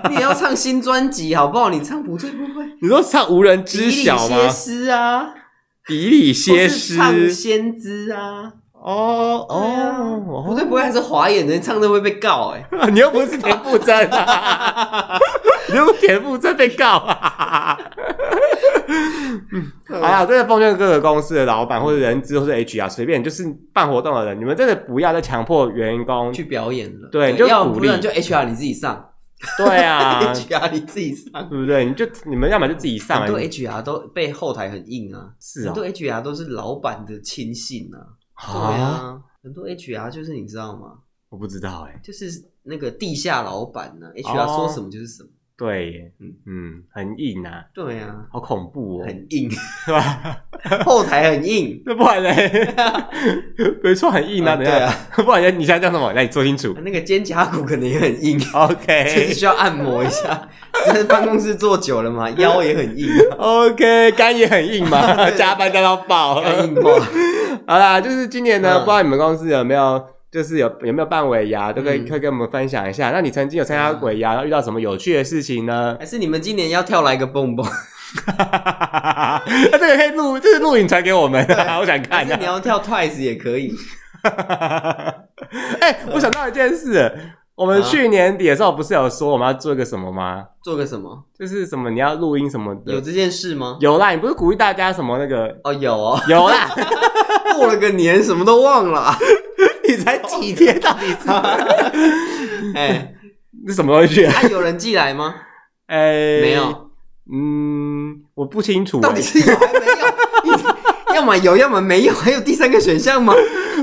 [SPEAKER 2] 你也要唱新专辑好不好？你唱不醉不会，
[SPEAKER 1] 你说唱无人
[SPEAKER 2] 比
[SPEAKER 1] 知
[SPEAKER 2] 利
[SPEAKER 1] 晓
[SPEAKER 2] 歇
[SPEAKER 1] 吗？
[SPEAKER 2] 斯啊，
[SPEAKER 1] 比利歇
[SPEAKER 2] 或是
[SPEAKER 1] 斯
[SPEAKER 2] 唱先知啊，
[SPEAKER 1] 哦
[SPEAKER 2] 对啊
[SPEAKER 1] 哦，
[SPEAKER 2] 不醉不会还是华演的，你唱这会被告哎、
[SPEAKER 1] 你又不是田馥甄、啊， 你又不是田馥甄被告、啊。
[SPEAKER 2] 欸。
[SPEAKER 1] 哎呀，真的奉劝各个公司的老板或者人资或者 HR，随便就是办活动的人，你们真的不要再强迫员工。
[SPEAKER 2] 去表演了，
[SPEAKER 1] 对你就
[SPEAKER 2] 要
[SPEAKER 1] 鼓
[SPEAKER 2] 不
[SPEAKER 1] 励
[SPEAKER 2] 然就 HR 你自己上，
[SPEAKER 1] 对啊，
[SPEAKER 2] HR 你自己上，
[SPEAKER 1] 对不对？你就你们要么就自己上
[SPEAKER 2] 很多
[SPEAKER 1] 来，
[SPEAKER 2] HR 都被后台很硬啊，
[SPEAKER 1] 是
[SPEAKER 2] 很
[SPEAKER 1] 啊
[SPEAKER 2] 多 HR 都是老板的亲信啊，对
[SPEAKER 1] 啊，
[SPEAKER 2] 啊，很多 HR 就是你知道吗？
[SPEAKER 1] 我不知道哎、
[SPEAKER 2] 就是那个地下老板呢、h
[SPEAKER 1] 哦
[SPEAKER 2] r 说什么就是什么，
[SPEAKER 1] 对耶，嗯
[SPEAKER 2] 嗯
[SPEAKER 1] 嗯，很硬啊，
[SPEAKER 2] 对啊，
[SPEAKER 1] 好恐怖哦，
[SPEAKER 2] 很硬，
[SPEAKER 1] 是吧？
[SPEAKER 2] 后台很硬。
[SPEAKER 1] 那不然嘞， 没错，很硬啊，
[SPEAKER 2] 啊
[SPEAKER 1] 等一
[SPEAKER 2] 对
[SPEAKER 1] 下，
[SPEAKER 2] 啊，
[SPEAKER 1] 不然你现在叫什么？来，你说清楚。
[SPEAKER 2] 那个肩胛骨可能也很硬，就是
[SPEAKER 1] OK
[SPEAKER 2] 需要按摩一下。 但是办公室坐久了嘛，腰也很硬啊，
[SPEAKER 1] OK，肝也很硬嘛，
[SPEAKER 2] 对
[SPEAKER 1] 加班加到爆。
[SPEAKER 2] 该硬化。
[SPEAKER 1] 好啦，就是今年呢，
[SPEAKER 2] 嗯
[SPEAKER 1] 不知道你们公司有没有。就是有有没有办尾牙，都可以
[SPEAKER 2] 嗯
[SPEAKER 1] 可以跟我们分享一下。那你曾经有参加
[SPEAKER 2] 嗯
[SPEAKER 1] 尾牙，然后遇到什么有趣的事情呢？
[SPEAKER 2] 还是你们今年要跳来个蹦蹦？
[SPEAKER 1] 那啊这个可以录，这是录影传给我们， 我想
[SPEAKER 2] 还
[SPEAKER 1] 看啊
[SPEAKER 2] 是你
[SPEAKER 1] 的。
[SPEAKER 2] 要跳 Twice 也可以？
[SPEAKER 1] 哎，我想到一件事，我们
[SPEAKER 2] 啊
[SPEAKER 1] 去年底的时候不是有说我们要做一个什么吗？
[SPEAKER 2] 做个什么？
[SPEAKER 1] 就是什么你要录音什么的
[SPEAKER 2] 有，这件事吗？
[SPEAKER 1] 有啦，你不是鼓励大家什么那个，
[SPEAKER 2] 哦，有哦
[SPEAKER 1] 有啦，
[SPEAKER 2] 过了个年，什么都忘了啊。
[SPEAKER 1] 你才几天到底
[SPEAKER 2] 啊哎，
[SPEAKER 1] 是什么东西？
[SPEAKER 2] 啊，有人寄来吗？
[SPEAKER 1] 哎，
[SPEAKER 2] 没有，
[SPEAKER 1] 嗯，我不清楚欸，
[SPEAKER 2] 到底是有还没有？ 要么有，要么没有，还有第三个选 项吗？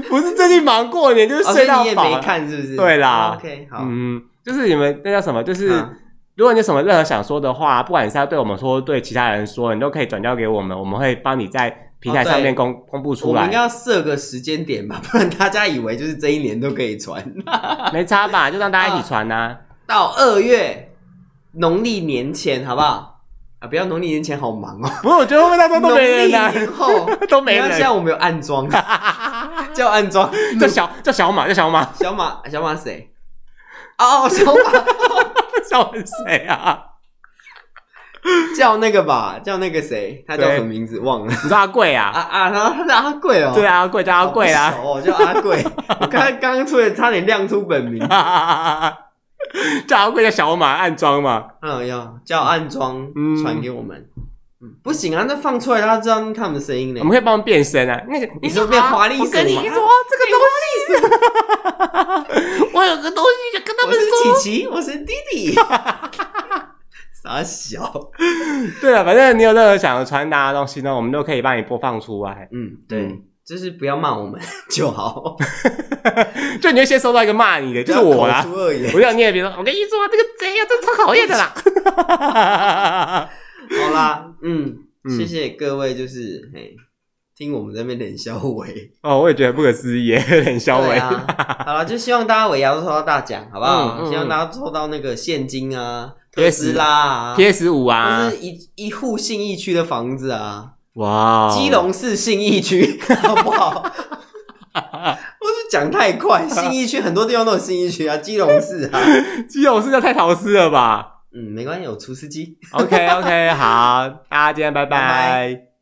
[SPEAKER 1] 不是最近忙过年就是
[SPEAKER 2] 哦，所
[SPEAKER 1] 睡
[SPEAKER 2] 以
[SPEAKER 1] 到
[SPEAKER 2] 你也
[SPEAKER 1] 饱
[SPEAKER 2] 没
[SPEAKER 1] 了，
[SPEAKER 2] 看是不是？
[SPEAKER 1] 对啦
[SPEAKER 2] 哦，OK，好，
[SPEAKER 1] 嗯，就是你们那叫什么？就是
[SPEAKER 2] 嗯
[SPEAKER 1] 如果你有什么任何想说的话，不管你是要对我们说，对其他人说，你都可以转交给我们，我们会帮你在平台
[SPEAKER 2] 哦对
[SPEAKER 1] 上面公、公布出
[SPEAKER 2] 我们应该
[SPEAKER 1] 来。
[SPEAKER 2] 要设个时间点吧，不然大家以为就是这一年都可以传。
[SPEAKER 1] 没差吧？就让大家一起传
[SPEAKER 2] 啊
[SPEAKER 1] 呐、
[SPEAKER 2] 到二月农历年前，好不好？啊，不要农历年前，好忙哦。
[SPEAKER 1] 不是，我觉得会不会到时候 都
[SPEAKER 2] 农
[SPEAKER 1] 没人
[SPEAKER 2] 历啊
[SPEAKER 1] 呐、
[SPEAKER 2] 年后，
[SPEAKER 1] 都没
[SPEAKER 2] 那现在
[SPEAKER 1] 人。
[SPEAKER 2] 我们有暗装，叫暗装。
[SPEAKER 1] 叫小叫小马，叫小马，
[SPEAKER 2] 小马，小马谁？哦，小马
[SPEAKER 1] 叫谁啊？
[SPEAKER 2] 叫那个吧，叫那个谁？他叫
[SPEAKER 1] 对
[SPEAKER 2] 什么名字？忘了。
[SPEAKER 1] 你说阿贵啊？
[SPEAKER 2] 啊啊，然后他叫阿贵哦。
[SPEAKER 1] 对啊，阿贵叫阿
[SPEAKER 2] 好不熟哦，
[SPEAKER 1] 贵啊。
[SPEAKER 2] 我叫阿贵。我刚刚刚出来，差点亮出本 名。
[SPEAKER 1] 叫阿贵叫小马暗装嘛？
[SPEAKER 2] 嗯，要叫暗装
[SPEAKER 1] 嗯
[SPEAKER 2] 传给我们。嗯，不行啊，那放出来大家知道他们的声音呢
[SPEAKER 1] 我。们可以帮他们变身啊。那个
[SPEAKER 2] 你说变华丽
[SPEAKER 1] 我跟
[SPEAKER 2] 什
[SPEAKER 1] 你
[SPEAKER 2] 么
[SPEAKER 1] 说这个东西， 我有个东西就跟他
[SPEAKER 2] 哎我
[SPEAKER 1] 们说。
[SPEAKER 2] 是琪琪，我是弟弟。 傻小。
[SPEAKER 1] 对啊了，反正你有任何想要传达的东西呢，我们都可以帮你播放出来。
[SPEAKER 2] 嗯，对，就是不要骂我们 就好。
[SPEAKER 1] 就你会先收到一个骂你的，就是我啦
[SPEAKER 2] 口。出恶言。
[SPEAKER 1] 我想你也别说，我跟你说，这个贼啊，这超讨厌的 啦。
[SPEAKER 2] 好啦，嗯，
[SPEAKER 1] 嗯
[SPEAKER 2] 谢谢各位，就是嘿，听我们这边冷笑伟，
[SPEAKER 1] 哦，我也觉得不可思议耶，很小
[SPEAKER 2] 对
[SPEAKER 1] 伟。
[SPEAKER 2] 啊，好了，就希望大家尾牙都抽到大奖，好不好？
[SPEAKER 1] 嗯嗯
[SPEAKER 2] 希望大家抽到那个现金啊，
[SPEAKER 1] PS
[SPEAKER 2] 特斯拉啊，
[SPEAKER 1] PS 五啊
[SPEAKER 2] 或，是一一户信义区的房子啊，
[SPEAKER 1] 哇，哦
[SPEAKER 2] 基隆市信义区， 好不好？我是讲太快，信义区很多地方都有信义区啊，基隆市啊，
[SPEAKER 1] 基隆是叫太潮湿了吧？
[SPEAKER 2] 嗯，没关系，有厨师机。
[SPEAKER 1] OK OK，好，大家今天拜拜。
[SPEAKER 2] 拜